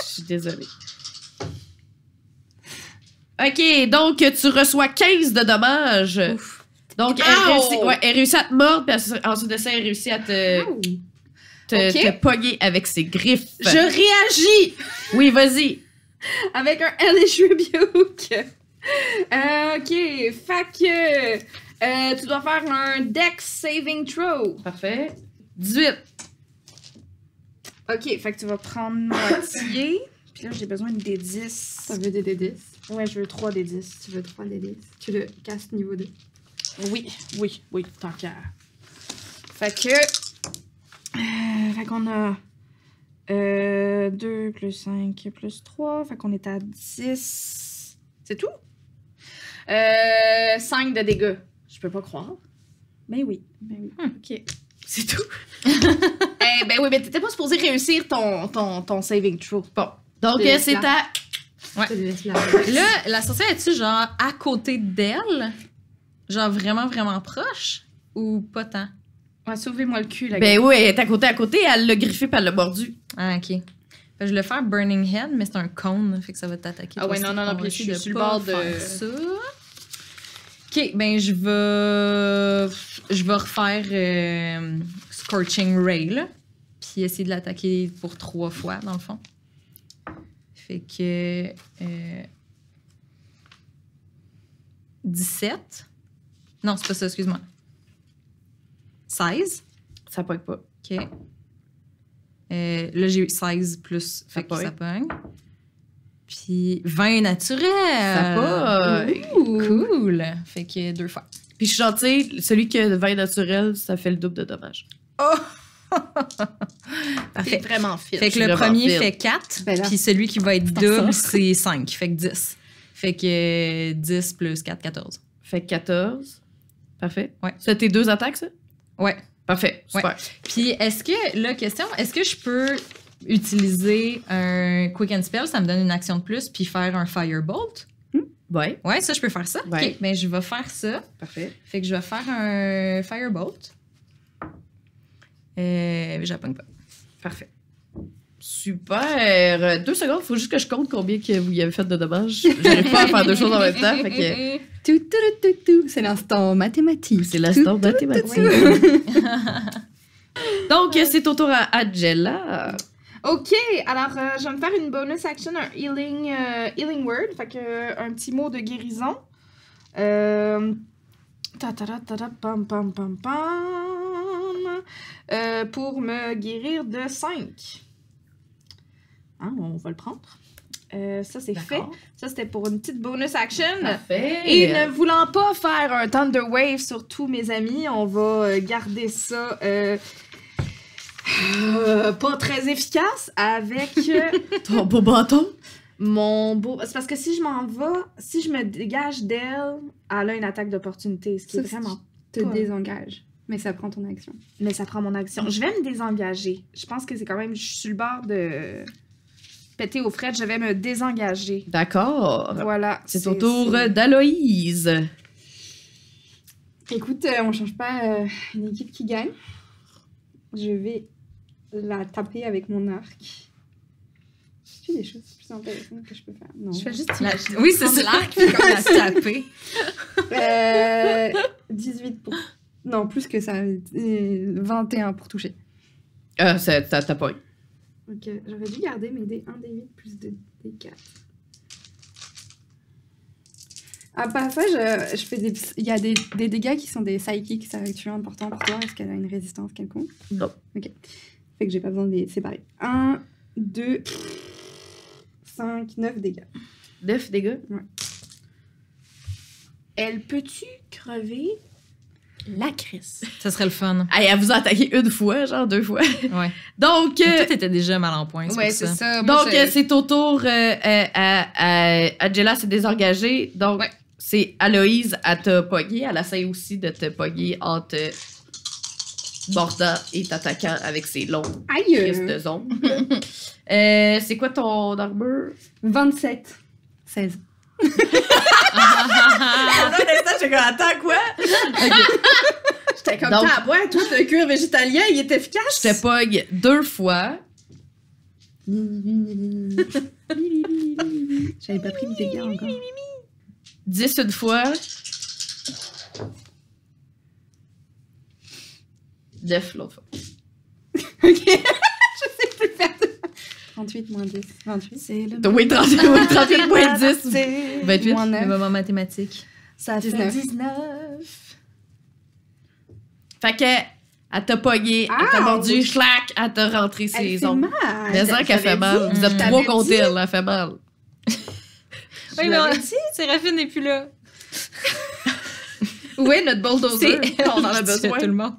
Speaker 1: Je suis désolée. OK, donc tu reçois 15 de dommages. Donc, elle
Speaker 2: Ow!
Speaker 1: réussit, ouais, elle réussit à te mordre, puis elle- ensuite de ça, elle réussit à te, te,
Speaker 2: Ok.
Speaker 1: te pogner avec ses griffes.
Speaker 2: Je réagis
Speaker 1: Oui, vas-y.
Speaker 2: avec un Hellish Rebuke. Euh, ok, fac. que euh, tu dois faire un Dex Saving Throw.
Speaker 1: Parfait. 18.
Speaker 2: Ok, fait que tu vas prendre moitié. Puis là, j'ai besoin de des 10.
Speaker 4: Ça veut des D10.
Speaker 2: Ouais, je veux 3 des 10.
Speaker 4: Tu veux 3 D10. Tu le casses niveau 2.
Speaker 2: Oui, oui, oui, tant qu'à. Fait que. euh, fait qu'on a. 2 plus 5 plus 3. Fait qu'on est à 10. C'est tout? 5 de dégâts. Je peux pas croire. Mais oui.
Speaker 4: Ben oui. Ok.
Speaker 1: C'est tout.
Speaker 2: Eh ben oui, mais t'étais pas supposé réussir ton, ton, ton saving throw. Bon.
Speaker 1: Donc,
Speaker 4: C'est
Speaker 1: euh, c'est à.
Speaker 4: Je te laisse là.
Speaker 3: Là, la sorcière est-tu genre à côté d'elle? Genre vraiment, vraiment proche? Ou pas tant?
Speaker 2: Ouais, Sauvez-moi le cul, la
Speaker 1: Ben oui, elle est à côté, à côté, elle l'a griffé, puis elle l'a mordu.
Speaker 3: Ah, ok. Fait que je vais le faire Burning Head, mais c'est un cône, fait que ça va t'attaquer.
Speaker 2: Ah ouais,
Speaker 3: toi
Speaker 2: non,
Speaker 3: aussi.
Speaker 2: non, non,
Speaker 3: On
Speaker 2: puis
Speaker 3: va
Speaker 2: je
Speaker 3: essayer
Speaker 2: suis sur
Speaker 3: de
Speaker 2: le
Speaker 3: pas
Speaker 2: bord de-
Speaker 3: faire ça. Ok, ben je vais. Je vais refaire euh, Scorching Ray, là. Puis essayer de l'attaquer pour trois fois, dans le fond. Fait que. euh, 17. Non, c'est pas ça, excuse-moi. 16.
Speaker 1: Ça pogne pas.
Speaker 3: OK. Euh, là, j'ai eu 16 plus.
Speaker 1: Ça
Speaker 3: Fait que
Speaker 1: pogne.
Speaker 3: ça pogne. Puis 20 naturel.
Speaker 1: Ça pogne.
Speaker 3: Cool. Fait que deux fois.
Speaker 1: Puis je suis gentille, celui qui a le vin naturel, ça fait le double de dommages.
Speaker 2: T'es
Speaker 3: Parfait.
Speaker 2: vraiment fit.
Speaker 3: Fait que le
Speaker 1: Oh! vraiment
Speaker 3: premier
Speaker 1: fine.
Speaker 3: fait 4.
Speaker 4: Ben là.
Speaker 3: Puis celui qui va être
Speaker 4: T'en
Speaker 3: double,
Speaker 4: sors.
Speaker 3: c'est 5. Fait que 10. Fait que euh, 10 plus 4, 14.
Speaker 1: Fait 14. Parfait.
Speaker 3: Ouais.
Speaker 1: C'était tes deux attaques, ça?
Speaker 3: Ouais.
Speaker 1: Parfait. Super.
Speaker 3: Puis est-ce que, là, question, est-ce que je peux utiliser un Quick and Spell, ça me donne une action de plus, puis faire un Firebolt.
Speaker 1: Ouais,
Speaker 3: Ouais, ça, je peux faire ça.
Speaker 1: Ouais.
Speaker 3: OK, mais je vais faire ça.
Speaker 1: parfait.
Speaker 3: Fait que je vais faire un Firebolt. Euh, mais je la pogne pas.
Speaker 1: Parfait. Super! Euh, Deux secondes, faut juste que je compte combien que vous y avez fait de dommages. J'arrive pas à faire deux choses en même temps, fait que
Speaker 4: Tout, tout, tout, tout, tout. C'est l'instant mathématique.
Speaker 1: c'est l'instant mathématique. Donc, c'est au tour à Adjella.
Speaker 2: Ok, alors euh, je vais me faire une bonus action, un healing, euh, healing word, fait que euh, un petit mot de guérison. Euh, ta ta ta ta ta pam pam pam pam. Euh, pour me guérir de 5. on va le prendre. Euh, ça c'est fait. Ça c'était pour une petite bonus action.
Speaker 1: Parfait.
Speaker 2: Et ne voulant pas faire un Thunder Wave sur tous mes amis, on va euh, garder ça euh, euh, pas très efficace avec euh,
Speaker 1: Ton beau bâton?
Speaker 2: mon beau. C'est parce que si je m'en vais, si je me dégage d'elle, elle a une attaque d'opportunité, ce qui est
Speaker 4: Ça, c'est-
Speaker 2: vraiment.
Speaker 4: Te
Speaker 2: Quoi?
Speaker 4: désengage. Mais ça prend ton action.
Speaker 2: Mais ça prend mon action. Je vais me désengager. Je pense que c'est quand même. Je suis sur le bord de péter aux frettes. Je vais me désengager.
Speaker 1: D'accord.
Speaker 2: Voilà.
Speaker 1: C'est ton tour euh, d'Aloïse. Euh,
Speaker 4: Écoute, euh, on change pas euh, une équipe qui gagne. Je vais la taper avec mon arc. Je fais des choses plus intéressantes que je peux faire. Non.
Speaker 3: Je fais juste Oui, c'est
Speaker 4: prendre
Speaker 3: ça. L'arc, puis comme la taper.
Speaker 4: Euh, 18 pour. Non, plus que ça. euh, 21 pour toucher.
Speaker 1: Ah, ça ça t'appoint.
Speaker 4: Ok, j'aurais dû garder mes dés 1 des 8 plus 2 des 4. Ah, parfois, je, je fais des. Il y a des, des dégâts qui sont des psychiques, ça va être important pour toi. Est-ce qu'elle a une résistance quelconque
Speaker 1: Non.
Speaker 4: Fait que j'ai pas besoin de les séparer. 1, 2, 5, 9 dégâts.
Speaker 1: 9 dégâts.
Speaker 2: Elle peut-tu crever?
Speaker 4: La crise.
Speaker 3: Ça serait le fun.
Speaker 1: Hey, elle vous a attaqué une fois, genre deux fois.
Speaker 3: Ouais.
Speaker 1: Donc, euh,
Speaker 3: Mais Tout était déjà mal en point.
Speaker 2: Ouais,
Speaker 3: pour
Speaker 2: c'est
Speaker 3: ça.
Speaker 2: ça. Moi,
Speaker 1: donc
Speaker 2: je-
Speaker 1: euh, c'est au tour euh, à, à, à- Angela s'est désengagée. Donc,
Speaker 3: Ouais.
Speaker 1: c'est Aloïse à te pogner. Elle essaie aussi de te pogner en te mordant et t'attaquant avec ses longues
Speaker 4: Aïe
Speaker 1: crises de zone. Euh, c'est quoi ton armure?
Speaker 4: 27. 16.
Speaker 1: Pendant un instant, j'ai comme, attends, quoi?
Speaker 2: J'étais comme,
Speaker 1: Donc-
Speaker 2: t'as à boire, tout le cuir végétalien, il est efficace.
Speaker 1: Je te pogne deux fois.
Speaker 4: J'avais pas pris de dégâts encore.
Speaker 1: 10 une fois. 9 l'autre fois.
Speaker 4: Ok. 38 moins 10. 28.
Speaker 2: C'est le
Speaker 1: Oui, 30 oui, 38 moins 10. 28.
Speaker 4: Moins
Speaker 3: Le
Speaker 4: 9.
Speaker 3: moment mathématique.
Speaker 2: Ça fait
Speaker 4: 19.
Speaker 2: 19.
Speaker 1: Fait que, elle t'a pogné, elle t'a
Speaker 4: Ouch!
Speaker 1: mordu, schlac, elle t'a rentré
Speaker 4: Elle
Speaker 1: ses
Speaker 4: fait
Speaker 1: ongles.
Speaker 4: mal.
Speaker 1: Mais ça qu'elle
Speaker 4: J'avais
Speaker 1: fait
Speaker 4: dit.
Speaker 1: mal. Vous êtes
Speaker 3: je
Speaker 1: trois
Speaker 4: t'avais
Speaker 1: contre
Speaker 4: dit.
Speaker 1: elle, elle fait mal.
Speaker 3: Oui, mais on a dit, Séraphine n'est plus là.
Speaker 2: Où est notre bulldozer? On en a besoin.
Speaker 3: tout le monde.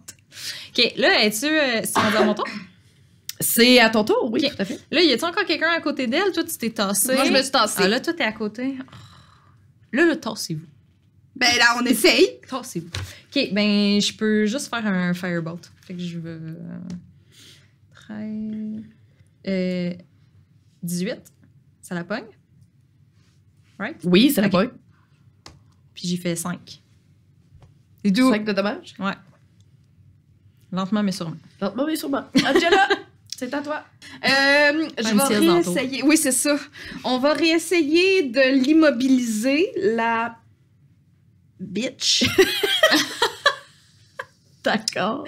Speaker 3: OK, là, es-tu... euh, c'est rendu à mon tour?
Speaker 1: C'est à ton tour, oui,
Speaker 3: Ok.
Speaker 1: tout à fait.
Speaker 3: Là, y a-tu encore quelqu'un à côté d'elle? Toi, tu t'es tassé.
Speaker 2: Moi, je me suis tassée.
Speaker 3: Ah, là, toi, t'es à côté. Oh. Là, là, tassez-vous.
Speaker 4: Ben là, on essaye.
Speaker 3: Tassez-vous. OK, ben, je peux juste faire un firebolt. Fait que je veux... euh, 13... Euh, 18. Ça la pogne.
Speaker 1: Oui, c'est la
Speaker 3: Ok.
Speaker 1: pogne.
Speaker 3: Puis j'y fais 5. C'est doux.
Speaker 1: 5 de dommages.
Speaker 3: Lentement, mais sûrement.
Speaker 1: Lentement, mais sûrement. Angela, c'est à toi.
Speaker 2: Euh,
Speaker 3: Même
Speaker 2: je
Speaker 3: si
Speaker 2: vais
Speaker 3: elles en
Speaker 2: réessayer. Oui, c'est ça. On va réessayer de l'immobiliser, la bitch.
Speaker 1: D'accord.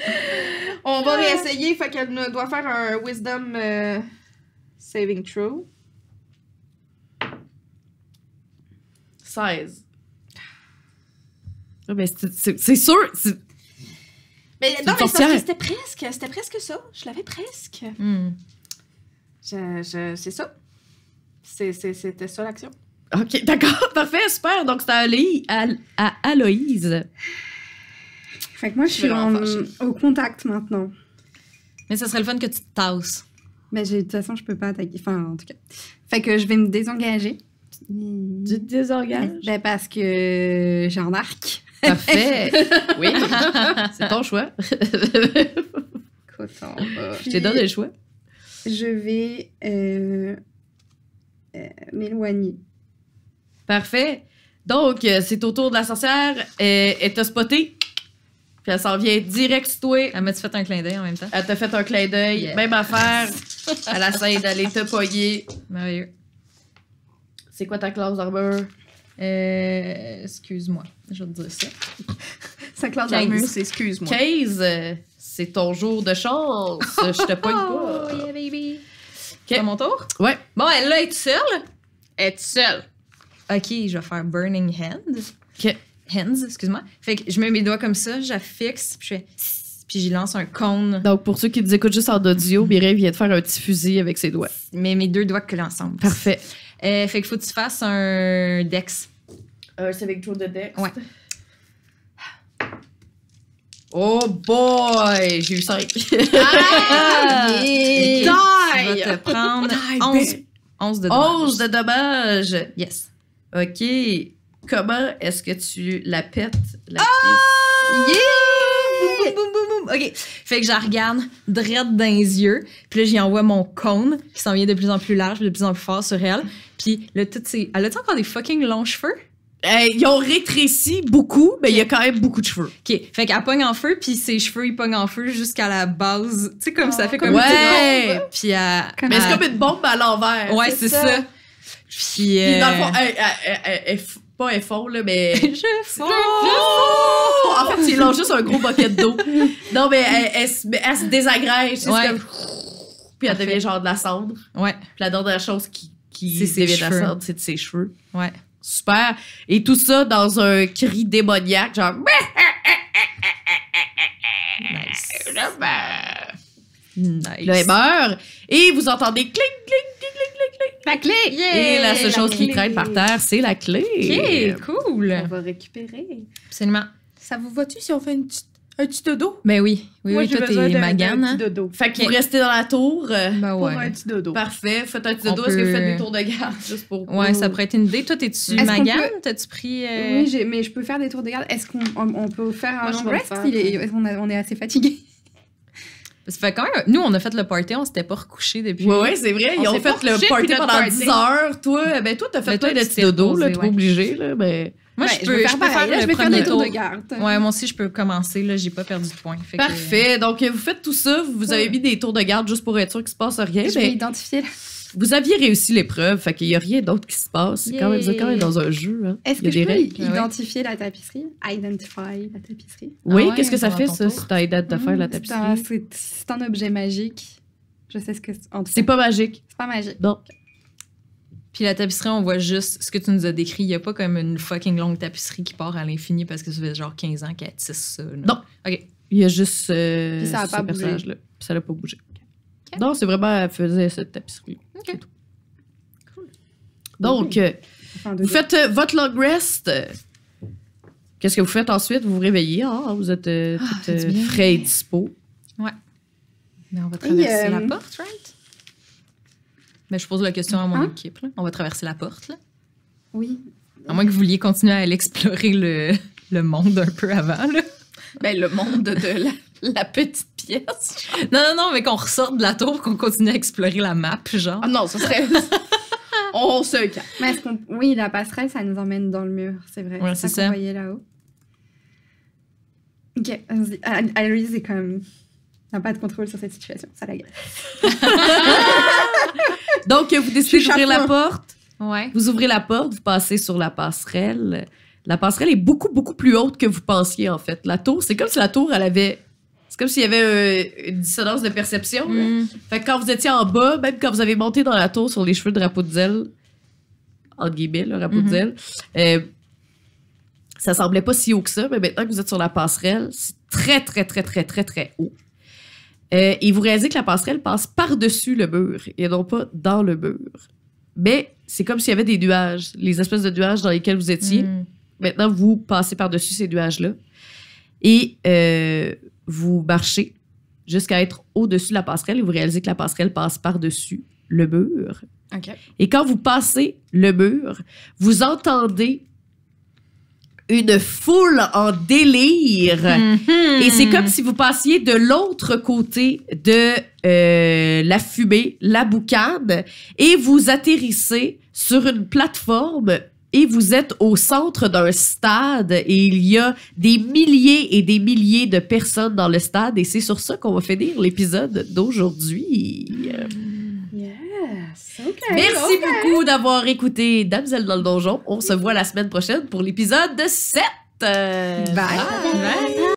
Speaker 2: On va réessayer, fait qu'elle ne doit faire un wisdom euh, saving throw.
Speaker 1: 16. Ah, mais c'est- c'est c'est sûr, c'est-
Speaker 2: Mais non, mais c'est parce
Speaker 1: sorcière.
Speaker 2: que c'était presque, c'était presque ça. Je l'avais presque.
Speaker 3: Hmm.
Speaker 2: Je, je- c'est ça. C'est- c'est- C'était ça l'action.
Speaker 1: OK, d'accord, parfait, super. Donc, c'est à, Alé- à, à Aloïse.
Speaker 4: Fait que moi, je
Speaker 2: suis
Speaker 4: suis
Speaker 2: vraiment
Speaker 4: en-
Speaker 2: fâchée.
Speaker 4: au contact maintenant.
Speaker 3: Mais ça serait le fun que tu te tasses.
Speaker 4: Mais j'ai- de toute façon, je peux pas attaquer. Enfin, en tout cas. Fait que je vais me désengager.
Speaker 1: Tu te désengages.
Speaker 4: Ben parce que j'ai un arc.
Speaker 1: Parfait. Oui, c'est ton choix. Je
Speaker 4: Coton. Je
Speaker 1: te donne le choix.
Speaker 4: Je vais euh, euh, m'éloigner.
Speaker 1: Parfait. Donc, euh, c'est au tour de la sorcière. Euh, elle t'a spoté. Puis elle s'en vient direct sur toi.
Speaker 3: Elle m'a-tu fait un clin d'œil en même temps?
Speaker 1: Elle t'a fait un clin d'œil.
Speaker 3: Yeah.
Speaker 1: Même affaire. Elle essaie d'aller te pogner.
Speaker 3: Merveilleux.
Speaker 1: C'est quoi ta classe d'armure?
Speaker 3: Euh, excuse-moi, je vais te dire ça.
Speaker 2: Sa classe
Speaker 3: Quinze.
Speaker 2: d'armure, c'est Ah, excuse-moi.
Speaker 1: 15. euh, C'est ton jour de chance. Je te pogne pas.
Speaker 3: Oh, yeah, baby! C'est à mon tour?
Speaker 1: Ouais.
Speaker 3: Bon, elle là, est seule?
Speaker 2: Être seule.
Speaker 3: Ok, je vais faire Burning Hand.
Speaker 1: Ok.
Speaker 3: Hands, excuse-moi. Fait que je mets mes doigts comme ça, je la fixe, puis je fais... tss, Puis j'y lance un cône.
Speaker 1: Donc, pour ceux qui nous écoutent juste en audio, Mireille vient de faire un petit fusil avec ses doigts.
Speaker 3: Mais mes deux doigts collent ensemble.
Speaker 1: Parfait.
Speaker 3: Euh, fait que faut que tu fasses un dex.
Speaker 1: Un saving throw de dex.
Speaker 3: Ouais.
Speaker 1: Oh boy! J'ai eu 5.
Speaker 3: Ah!
Speaker 2: Yeah.
Speaker 3: Tu vas te prendre
Speaker 1: Die,
Speaker 3: 11, 11 de doigts.
Speaker 1: 11 de dommages!
Speaker 3: Yes.
Speaker 1: OK. Comment est-ce que tu la pètes, la
Speaker 3: Yeah! Boum, boum, boum, boum. OK. Fait que je la regarde drette dans les yeux. Puis là, j'y envoie mon cône qui s'en vient de plus en plus large, de plus en plus fort sur elle. Puis là, toutes ces... Elle a encore des fucking longs cheveux?
Speaker 1: Hey, ils ont rétréci beaucoup, mais il y a quand même beaucoup de cheveux.
Speaker 3: OK. Fait qu'elle pogne en feu, puis ses cheveux, ils pognent en feu jusqu'à la base. Tu sais, comme ça fait
Speaker 1: comme
Speaker 3: comme... une
Speaker 1: une
Speaker 3: petite
Speaker 1: bombe.
Speaker 3: bombe. Puis elle...
Speaker 4: Comme-
Speaker 1: Mais c'est
Speaker 3: elle-
Speaker 1: comme une bombe à l'envers.
Speaker 3: Ouais, c'est
Speaker 4: c'est
Speaker 3: ça.
Speaker 4: ça.
Speaker 3: Puis...
Speaker 1: Puis dans le fond,
Speaker 3: euh,
Speaker 1: elle- elle- elle- elle f- pas elle fond, là, mais.
Speaker 3: je fonds.
Speaker 1: Oh! En fait, ils lancent juste un gros bucket d'eau. Non, mais elle, elle se, mais elle se désagrège. tu sais,
Speaker 3: Ouais.
Speaker 1: c'est comme- Puis elle
Speaker 3: Parfait.
Speaker 1: devient genre de la cendre. Puis
Speaker 3: Ouais.
Speaker 1: la dernière chose qui, qui
Speaker 3: C'est ses
Speaker 1: devient de la
Speaker 3: cheveux.
Speaker 1: cendre, c'est de ses cheveux.
Speaker 3: Ouais.
Speaker 1: Super. Et tout ça dans un cri démoniaque, genre.
Speaker 3: Nice.
Speaker 1: Là,
Speaker 3: Nice.
Speaker 1: elle meurt. Et vous entendez clic, clic.
Speaker 3: La clé!
Speaker 1: Et la seule chose qui
Speaker 4: clé.
Speaker 1: traîne par terre, c'est la clé.
Speaker 3: OK,
Speaker 2: On
Speaker 3: cool.
Speaker 2: va récupérer.
Speaker 3: Absolument.
Speaker 5: Ça vous va-tu si on fait une petite- un petit dodo?
Speaker 3: Ben oui. Oui,
Speaker 2: Moi,
Speaker 3: oui,
Speaker 2: j'ai
Speaker 3: toi,
Speaker 2: besoin
Speaker 3: t'es
Speaker 2: d'un-
Speaker 3: magane.
Speaker 2: d'un petit
Speaker 3: hein?
Speaker 2: dodo.
Speaker 1: Fait que vous
Speaker 3: Ok.
Speaker 1: restez dans la tour. euh,
Speaker 3: Ben
Speaker 2: Pour un
Speaker 3: ouais.
Speaker 2: petit dodo.
Speaker 1: Parfait. Faites un petit
Speaker 3: On
Speaker 1: dodo. Est-ce que vous faites
Speaker 3: peut-
Speaker 1: des tours de garde juste pour.
Speaker 3: Ouais, ça pourrait être une idée. Toi, t'es-tu
Speaker 4: Est-ce qu'on
Speaker 3: magane? T'as-tu pris. euh,
Speaker 4: Oui, j'ai- mais je peux faire des tours de garde. Est-ce qu'on on, on peut faire un
Speaker 2: Moi, je
Speaker 4: long
Speaker 2: vais le
Speaker 4: rest
Speaker 2: faire.
Speaker 4: Il est- est-ce qu'on a- on est assez fatigué.
Speaker 3: Ça fait quand même. Nous, on a fait le party, on s'était pas recouché depuis.
Speaker 1: Ouais, ouais, c'est vrai.
Speaker 2: On
Speaker 1: Ils ont
Speaker 2: s'est
Speaker 1: fait
Speaker 2: pas
Speaker 1: le
Speaker 2: couché,
Speaker 1: party
Speaker 2: puis notre
Speaker 1: pendant
Speaker 2: party.
Speaker 1: 10 heures. Toi, ben, toi, t'as fait
Speaker 3: Ben,
Speaker 1: plein
Speaker 3: toi,
Speaker 1: de
Speaker 3: tu
Speaker 1: petits
Speaker 3: t'es
Speaker 1: dodos,
Speaker 3: reposé,
Speaker 1: là. T'es pas
Speaker 3: ouais.
Speaker 1: obligé, là. ben, Mais.
Speaker 3: Moi,
Speaker 4: Ouais,
Speaker 3: je peux,
Speaker 4: vais
Speaker 3: je
Speaker 4: faire
Speaker 3: peux
Speaker 4: pareil,
Speaker 3: faire
Speaker 4: là,
Speaker 3: le
Speaker 4: je vais faire
Speaker 3: premier
Speaker 4: des tours
Speaker 3: tour.
Speaker 4: de garde.
Speaker 3: Ouais, moi aussi, je peux commencer. Là, j'ai pas perdu de points. Fait que-
Speaker 1: Parfait. Donc, vous faites tout ça. Vous avez mis des tours de garde juste pour être sûr qu'il se passe rien.
Speaker 3: ben-
Speaker 4: Je vais
Speaker 1: Mais
Speaker 4: identifier. là.
Speaker 1: vous aviez réussi l'épreuve. Fait qu'il y a rien d'autre qui se passe. C'est quand même, vous êtes quand même dans un jeu. Hein.
Speaker 4: Est-ce
Speaker 1: Il y a
Speaker 4: que je
Speaker 1: des
Speaker 4: peux
Speaker 1: règles.
Speaker 3: Ah ouais.
Speaker 4: identifier la tapisserie Identify la tapisserie.
Speaker 1: Oui,
Speaker 3: Ah ouais,
Speaker 1: qu'est-ce que ça
Speaker 3: ça
Speaker 1: fait,
Speaker 3: va à
Speaker 1: ça,
Speaker 3: ton
Speaker 1: si t'as aidé à te faire la
Speaker 4: Mmh, c'est un-
Speaker 1: tapisserie?
Speaker 4: C'est c'est un objet magique. Je sais ce que c'est. en tout
Speaker 1: C'est
Speaker 4: cas,
Speaker 1: pas magique.
Speaker 4: C'est pas magique.
Speaker 1: Donc,
Speaker 3: Puis la tapisserie, on voit juste ce que tu nous as décrit. Il y a pas comme une fucking longue tapisserie qui part à l'infini parce que ça fait genre 15 ans qu'elle tisse ça. là.
Speaker 1: Non. il y a juste euh,
Speaker 4: Puis ça a
Speaker 1: ce
Speaker 4: pas bougé.
Speaker 1: personnage-là. Puis ça l'a pas bougé. Non, c'est vraiment, elle faisait cette tapisserie. C'est tout.
Speaker 4: Mm-hmm.
Speaker 1: Donc, euh,
Speaker 4: Enfin, de
Speaker 1: Vous faites euh, votre long rest. Qu'est-ce que vous faites ensuite? Vous vous réveillez. Ah, vous êtes euh, toutes,
Speaker 3: c'est
Speaker 1: euh,
Speaker 3: bien.
Speaker 1: frais et dispo.
Speaker 3: Mais on va traverser
Speaker 4: euh,
Speaker 3: la porte, right? Mais je pose la question à mon
Speaker 4: Hein?
Speaker 3: équipe. Là. On va traverser la porte. Là.
Speaker 4: Oui.
Speaker 3: À moins que vous vouliez continuer à aller explorer le, le monde un peu avant. Là.
Speaker 2: Ben, le monde de la, la petite pièce.
Speaker 3: Non, non, non, mais qu'on ressorte de la tour, qu'on continue à explorer la map, genre.
Speaker 2: Ah non, ce serait. On se calme.
Speaker 4: Mais est-ce qu'on- Oui, la passerelle, ça nous emmène dans le mur, c'est vrai.
Speaker 3: Ouais, c'est
Speaker 4: c'est ça.
Speaker 3: ça.
Speaker 4: qu'on voyait là-haut. Ok, vas-y. Al- Aloïse est comme. n'a pas de contrôle sur cette situation, ça la gueule.
Speaker 1: Donc, euh, vous décidez d'ouvrir la porte.
Speaker 2: Ah.
Speaker 3: Ouais.
Speaker 1: Vous ouvrez la porte, vous passez sur la passerelle. La passerelle est beaucoup, beaucoup plus haute que vous pensiez, en fait. La tour, c'est comme si la tour, elle avait. C'est comme s'il y avait euh, une dissonance de perception.
Speaker 3: Hmm.
Speaker 1: Fait que quand vous étiez en bas, même quand vous avez monté dans la tour sur les cheveux de Rapunzel, entre guillemets, là, Rapunzel, euh, ça semblait pas si haut que ça, mais maintenant que vous êtes sur la passerelle, c'est très, très, très, très, très, très haut. Euh, et vous réalisez que la passerelle passe par-dessus le mur et non pas dans le mur. Mais c'est comme s'il y avait des nuages, les espèces de nuages dans lesquels vous étiez.
Speaker 3: Hmm.
Speaker 1: Maintenant, vous passez par-dessus ces nuages-là et euh, vous marchez jusqu'à être au-dessus de la passerelle et vous réalisez que la passerelle passe par-dessus le mur.
Speaker 2: OK.
Speaker 1: Et quand vous passez le mur, vous entendez une foule en délire.
Speaker 3: Hmm.
Speaker 1: Et c'est
Speaker 2: Hmm.
Speaker 1: comme si vous passiez de l'autre côté de euh, la fumée, la boucane, et vous atterrissez sur une plateforme et vous êtes au centre d'un stade et il y a des milliers et des milliers de personnes dans le stade et c'est sur ça qu'on va finir l'épisode d'aujourd'hui.
Speaker 2: Hmm. Yes, ok.
Speaker 1: Merci beaucoup d'avoir écouté Damsel dans le donjon. On se voit la semaine prochaine pour l'épisode 7. Euh,
Speaker 4: Bye.
Speaker 1: bye.